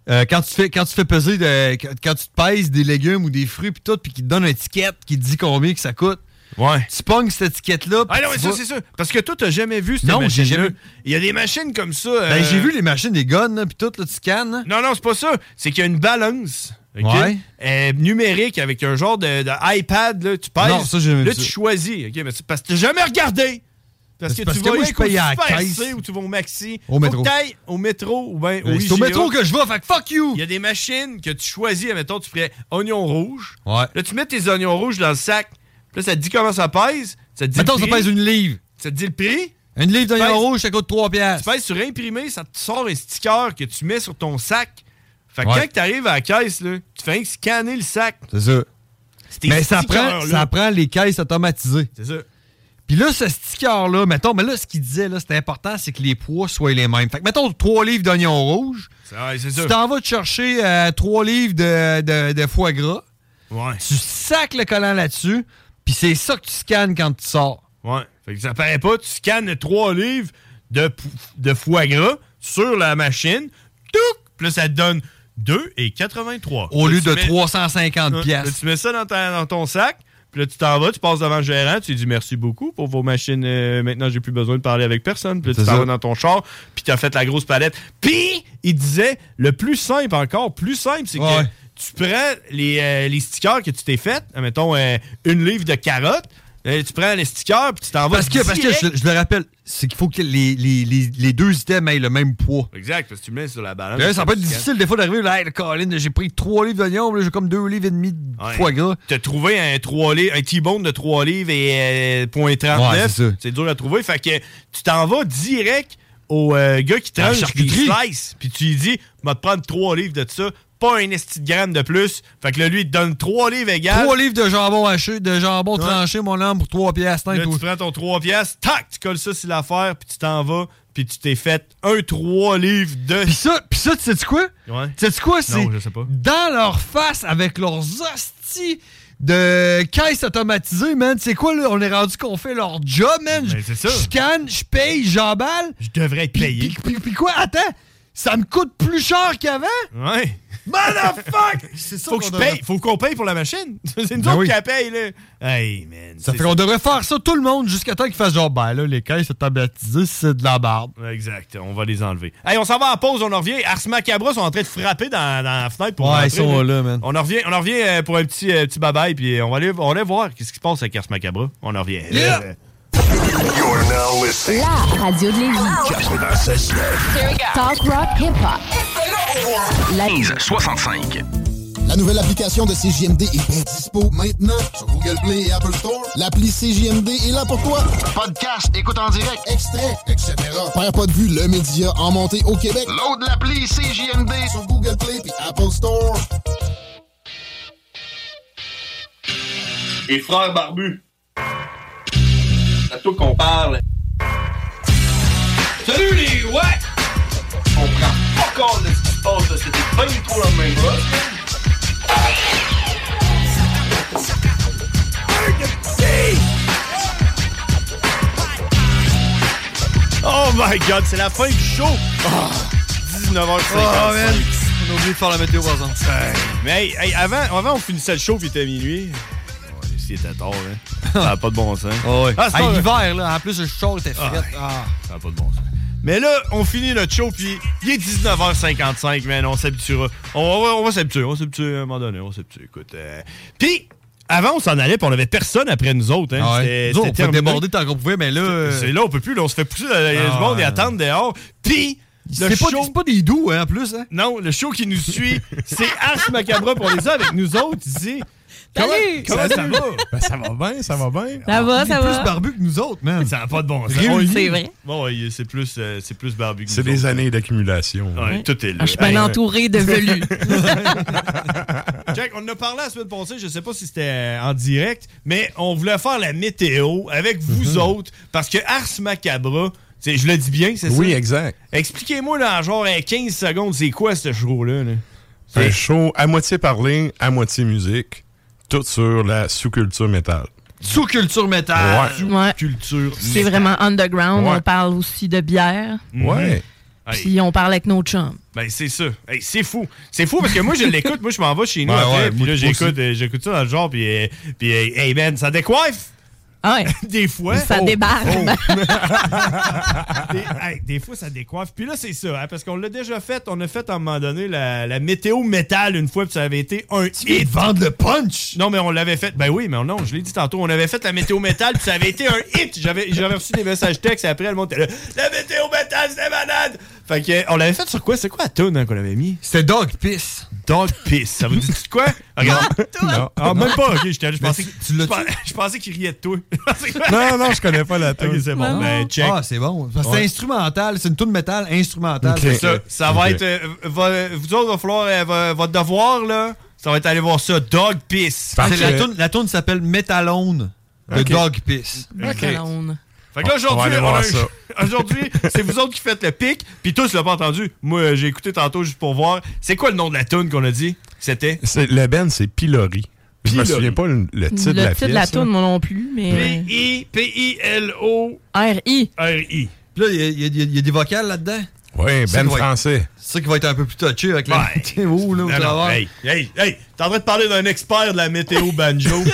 S3: euh, quand, tu fais, quand tu fais peser, de- quand, quand tu te pèses des légumes ou des fruits, puis tout, puis qu'il te donne une étiquette qui te dit combien que ça coûte.
S4: Ouais.
S3: Tu pognes cette étiquette-là. puis
S4: Ah non,
S3: tu
S4: mais ça,
S3: vas-
S4: c'est ça. Parce que toi, t'as jamais vu cette
S3: Non, j'ai
S4: machine-là.
S3: jamais vu.
S4: Il y a des machines comme ça.
S3: Ben,
S4: euh,
S3: j'ai vu les machines, les guns, là, puis tout, là, tu scannes. là.
S4: Non, non, c'est pas ça. C'est qu'il y a une balance. ok?
S3: Ouais.
S4: Euh, numérique avec un genre de, de iPad, là, tu pèses.
S3: Non, ça, j'ai jamais
S4: Là,
S3: vu
S4: tu
S3: ça.
S4: choisis. ok? Mais c'est parce que t'as jamais regardé. Parce
S3: C'est
S4: que
S3: parce
S4: tu
S3: que
S4: vas
S3: moi,
S4: aller
S3: je paye à la
S4: au
S3: caisse.
S4: CRC ou tu vas au Maxi.
S3: Au
S4: Faut
S3: métro.
S4: que t'ailles au métro ou bien au
S3: Ben, c'est au
S4: IGA.
S3: métro que je vais, fait que fuck you!
S4: Il y a des machines que tu choisis, mettons, tu ferais oignon rouge.
S3: Ouais.
S4: Là, tu mets tes oignons rouges dans le sac. Puis là, ça te dit comment ça pèse. Ça te dit
S3: Mettons,
S4: le
S3: ça
S4: prix.
S3: pèse une livre.
S4: Ça te dit le prix.
S3: Une livre
S4: Tu
S3: d'oignon
S4: pèses-
S3: rouge, ça coûte 3 piastres.
S4: Tu pèses sur imprimé, ça te sort un sticker que tu mets sur ton sac. Fait que
S3: Ouais.
S4: quand tu arrives à la caisse, là, tu fais rien que scanner le sac.
S3: C'est ça.
S4: Ces
S3: Mais ça prend,
S4: stickers-là.
S3: ça prend les caisses automatisées.
S4: C'est ça.
S3: Puis là, ce sticker-là, mettons, mais là, ce qu'il disait, là, c'était important, c'est que les poids soient les mêmes. Fait que, mettons, 3 livres d'oignons rouges.
S4: Ça, ouais, c'est
S3: Tu
S4: ça.
S3: t'en vas te chercher 3 livres de, de- de foie gras. Tu sacs le collant là-dessus, puis c'est ça que tu scannes quand tu sors.
S4: Ouais. Fait que ça paraît pas, tu scannes trois livres de, pou- de foie gras sur la machine. Touc! Puis là, ça te donne 2,83.
S3: Au
S4: Là,
S3: lieu
S4: tu
S3: de
S4: mets-
S3: 350
S4: Ouais.
S3: piastres.
S4: Là, tu mets ça dans, ta- dans ton sac. Puis là, tu t'en vas, tu passes devant le gérant, tu lui dis merci beaucoup pour vos machines. euh, maintenant, j'ai plus besoin de parler avec personne. Puis là, tu
S3: C'est
S4: t'en
S3: ça.
S4: vas dans ton char, puis tu as fait la grosse palette. Puis, il disait, le plus simple encore, plus simple, c'est que tu prends les, euh, les stickers que tu t'es fait, mettons euh, une livre de carottes, euh, tu prends les stickers, puis tu t'en vas.
S3: Parce que, parce que
S4: direct-
S3: je, je le rappelle, c'est qu'il faut que les, les- les- les deux items aient le même poids.
S4: Exact, parce que tu le mets sur la balance.
S3: Là, ça peut être difficile des fois d'arriver, là, hey, le Colin, j'ai pris 3 livres d'oignons, là, j'ai comme 2 livres et demi de
S4: Ouais.
S3: foie gras.
S4: T'as trouvé un, trois li- un T-bone de 3 livres et euh, point
S3: Ouais,
S4: 39.
S3: c'est ça.
S4: c'est dur à trouver. Fait que tu t'en vas direct au euh, gars qui
S3: À la
S4: tranche puis qui
S3: charcuterie.
S4: slice. Puis tu lui dis, va te prendre 3 livres de ça, pas un esti de gramme de plus. Fait que là, lui, il te donne 3 livres égales.
S3: 3 livres de jambon haché, de jambon tranché, mon homme, pour 3 piastres. hein,
S4: Là, tu
S3: tout.
S4: prends ton 3 piastres, tac, tu colles ça sur l'affaire, puis tu t'en vas, puis tu t'es fait un 3 livres de... Puis
S3: ça, puis ça, tu sais-tu quoi?
S4: Ouais.
S3: Tu sais quoi? C'est
S4: Non, je sais pas.
S3: dans leur face avec leurs hosties de caisse automatisée, man. C'est quoi, là? On est rendu qu'on fait leur job, man.
S4: Ben,
S3: Je- Je scanne, je paye, j'emballe.
S4: Je devrais être payé.
S3: Puis, puis quoi? Attends, ça me coûte plus cher qu'avant?
S4: Ouais.
S3: Motherfuck!
S4: Faut que je paye, faut qu'on paye pour la machine. C'est une
S3: Ben
S4: autre
S3: oui.
S4: qui la paye, là. Hey, man.
S3: Ça
S4: c'est
S3: fait qu'on devrait faire ça tout le monde jusqu'à temps qu'ils fassent genre, ben là, les caisses automatisées, c'est de la barbe.
S4: Exact, on va les enlever. Hey, on s'en va en pause, on en revient. Ars Macabra sont en train de frapper dans, dans la fenêtre pour
S3: Ouais,
S4: rentrer,
S3: ils sont là, man.
S4: On en revient, on en revient euh, pour un petit, euh, petit babaille, puis on va aller, on va aller voir qu'est-ce qui se passe avec Ars Macabra. On en revient. Euh,
S11: You're now listening.
S15: La radio de Lévis.
S11: 96.9.
S15: Talk rock hip-hop. La
S2: 65. La nouvelle application de CJMD est bien dispo maintenant sur Google Play et Apple Store. L'appli CJMD est là pour toi. Podcast, écoute en direct, extrait, etc. Père pas de vue, le média en montée au Québec. Load l'appli CJMD sur Google Play et Apple Store.
S6: Les frères barbus. C'est à toi qu'on parle. Salut les ouais! On prend pas compte de ce qui se passe, là. c'était pas du tout la même chose.
S4: Oh my god, c'est la fin du show! Ah, 19h55.
S3: Oh, man. Ah, On a oublié de faire la météo, par exemple.
S4: Mais hey, hey, avant, avant, on finissait le show, puis il était minuit. Ouais, il était tard, hein. Ça n'a pas de bon sens. Ah, c'est
S3: Hey,
S4: pas vrai.
S3: l'hiver, là, en plus, le chaud était frais. Ah.
S4: Ça n'a pas de bon sens. Mais là, on finit notre show, puis il est 19h55, man. On s'habituera. On va, on va s'habituer, on va s'habituer à un moment donné, on va s'habituer. Écoute. euh, Puis, avant, on s'en allait, puis on avait personne après nous autres. Hein.
S3: Ah ouais.
S4: C'était-
S3: Nous autres,
S4: c'était
S3: on peut
S4: terminé.
S3: déborder tant qu'on pouvait, mais là. euh,
S4: C'est là, on peut plus, là, on se fait pousser dans les-
S3: Ah
S4: du monde et
S3: ouais.
S4: attendre dehors. Puis, le
S3: C'est pas-
S4: show-
S3: c'est pas des doux, hein, en plus. Hein?
S4: Non, le show qui nous suit, c'est Ars Macabra pour les uns avec nous autres ici. Comment,
S16: Salut!
S4: comment ça
S16: Salut!
S4: va? Ben, ça va bien, ça va bien.
S17: Ah
S16: Ça va, ça va.
S3: barbu que nous autres, man.
S4: Ça n'a pas de bon sens.
S16: Réunis.
S4: On y-
S16: C'est vrai.
S4: Bon, ouais, c'est plus, euh, c'est plus barbu que
S16: C'est
S4: nous
S16: des
S4: autres.
S16: années d'accumulation.
S4: Ouais, Tout est là.
S16: Ah, je suis bien
S4: Hey.
S16: entouré de velus.
S4: Jack, on en a parlé la semaine passée, je sais pas si c'était euh, en direct, mais on voulait faire la météo avec
S3: Mhm.
S4: vous autres parce que Ars Macabra, c'est- je le dis bien, c'est ça?
S16: Oui, exact.
S4: Expliquez-moi dans genre euh, 15 secondes, c'est quoi ce show-là? là?
S16: Un show à moitié parler, à moitié musique, tout sur la sous-culture métal.
S3: Sous-culture métal.
S4: Culture.
S16: Mais-
S17: C'est vraiment underground.
S16: Ouais.
S17: On parle aussi de bière.
S16: Ouais.
S4: Hey.
S17: Puis on parle avec nos chums.
S4: Ben, c'est ça. Hey, c'est fou. C'est fou parce que moi, je l'écoute. Moi, je m'en vais chez nous
S16: Ouais,
S4: après.
S16: ouais,
S4: puis
S16: moi-
S4: là,
S16: moi
S4: j'écoute,
S16: aussi.
S4: euh, j'écoute ça dans le genre. Puis, euh, puis, euh, hey, man, ça décoiffe. des fois.
S17: Ah Ça
S4: Oh.
S17: débarque.
S4: des, hey, des fois, ça décoiffe. Puis là, c'est ça, hein, parce qu'on l'a déjà fait. On a fait à un moment donné la, la météo métal une fois, puis ça avait été un hit. vendre le punch! Non, mais on l'avait fait. Ben oui, mais non, je l'ai dit tantôt. On avait fait la météo métal, puis ça avait été un hit. J'avais j'avais reçu des messages textes, et après, le monde était là. La météo métal, c'est malade! Fait que, on l'avait fait sur quoi? C'est quoi la toune hein, qu'on avait mis? C'était Dog Piss. Dog Piss. Ça vous dit de quoi? Regarde. Non. Ah, même pas. Ok, j'étais allé- je pensais, que- je pensais- je pensais qu'il riait de toi.
S16: Non, non, je connais pas la tune.
S4: Ok, c'est bon. Ben, check.
S3: Ah, c'est bon. Parce que
S4: Ouais.
S3: C'est instrumental. C'est une tune métal instrumentale.
S4: C'est ça. Ça va être. euh, va- vous autres, va falloir. euh, va- votre devoir, là, ça va être aller voir ça. Dog Piss.
S3: C'est la toune, la toune s'appelle Metalone de
S4: Ok.
S3: Dog Piss.
S4: Metalone. Fait que là,
S3: Ah, On va
S4: aujourd'hui,
S3: aller
S4: on a
S3: voir
S4: un-
S3: ça.
S4: aujourd'hui, c'est vous autres qui faites le pic, puis tous l'ont pas entendu. Moi, euh, j'ai écouté tantôt juste pour voir. C'est quoi le nom de la tune qu'on a dit C'était
S16: C'est- Le band, c'est Pilori. Je me
S4: Pilori.
S16: souviens pas le, le titre
S17: Le
S16: de la
S17: titre de
S16: pièce,
S17: la
S16: là.
S17: toune, moi non plus, mais. euh,
S4: P-I-P-I-L-O.
S17: R.I.
S4: R.I.
S3: Puis là, il y a- il y, a- il y a des vocales là-dedans.
S16: Oui,
S3: C'est ça
S16: ben
S3: qui va être-
S16: français.
S3: C'est ça qui va être un peu plus touché avec la météo, là, au
S4: Non, non,
S3: travers.
S4: hey, hey, hey, t'es en train de parler d'un expert de la météo banjo. Ouais,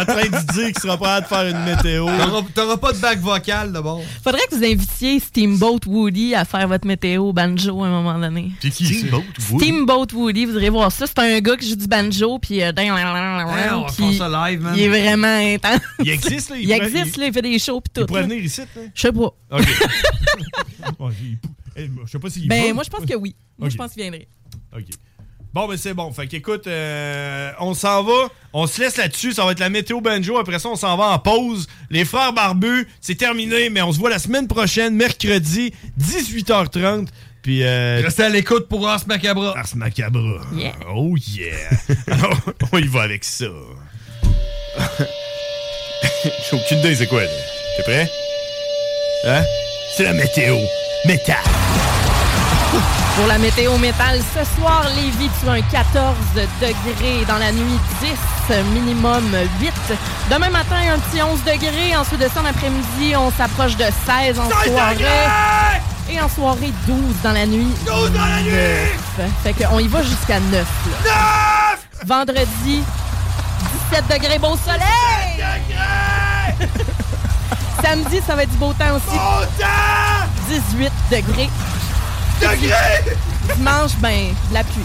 S4: en train de dire qu'il sera prêt à te faire une météo.
S3: T'auras- T'auras pas de bac vocal, d'abord.
S17: Faudrait que vous invitiez Steamboat Woody à faire votre météo au banjo à un moment donné.
S4: C'est qui Steamboat
S17: Steamboat Woody, vous irez voir ça. C'est un gars qui joue du banjo, puis. euh, ding, ding, ding, ding,
S3: Hey, on va
S17: puis
S3: faire ça live, man.
S17: Il est vraiment intense.
S4: Il existe, là, il
S17: Il,
S4: pourrait-
S17: existe,
S4: il-
S17: là, il fait des shows, puis tout.
S4: Il pourrait
S17: là.
S4: venir ici, là?
S17: Je sais pas.
S4: OK. Bon, il- eh, Je sais pas s'il
S17: Ben,
S4: veut.
S17: moi, je pense que oui. Moi,
S4: Ok.
S17: je pense qu'il viendrait.
S4: OK. Bon, ben c'est bon. Fait qu'écoute, euh, on s'en va. On se laisse là-dessus. Ça va être la météo banjo. Après ça, on s'en va en pause. Les frères barbus, c'est terminé. Mais on se voit la semaine prochaine, mercredi, 18h30. Puis. Euh,
S3: Restez à l'écoute pour Ars Macabra.
S4: Ars Macabra.
S17: Yeah.
S4: Oh yeah. Alors, on y va avec ça. J'ai aucune idée, c'est quoi. là. T'es prêt? Hein? C'est la météo. Métal.
S17: Pour la météo métal, ce soir, Lévis, tu as un 14 degrés. Dans la nuit, 10, minimum 8. Demain matin, un petit 11 degrés. Ensuite de ça, en après-midi, on s'approche de 16 en
S7: 16
S17: soirée.
S7: degrés!
S17: Et en soirée, 12 dans la nuit. 12 dans la nuit! Fait qu'on y va jusqu'à 9. là. Vendredi, 17 degrés, beau soleil! Samedi, ça va être du beau temps aussi. 18 degrés.
S7: Degrés!
S17: Dimanche, ben, de la pluie.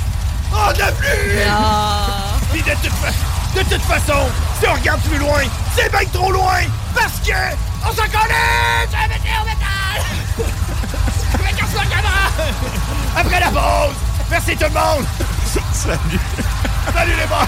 S7: Oh, de la pluie!
S17: Ah.
S7: Puis de toute, fa- de toute façon, si on regarde plus loin, c'est bien que trop loin! Parce que on s'en connaît! C'est la météo métal! Avec Arslan Cabra! Après la pause! Merci tout le monde! Salut! Salut les boys!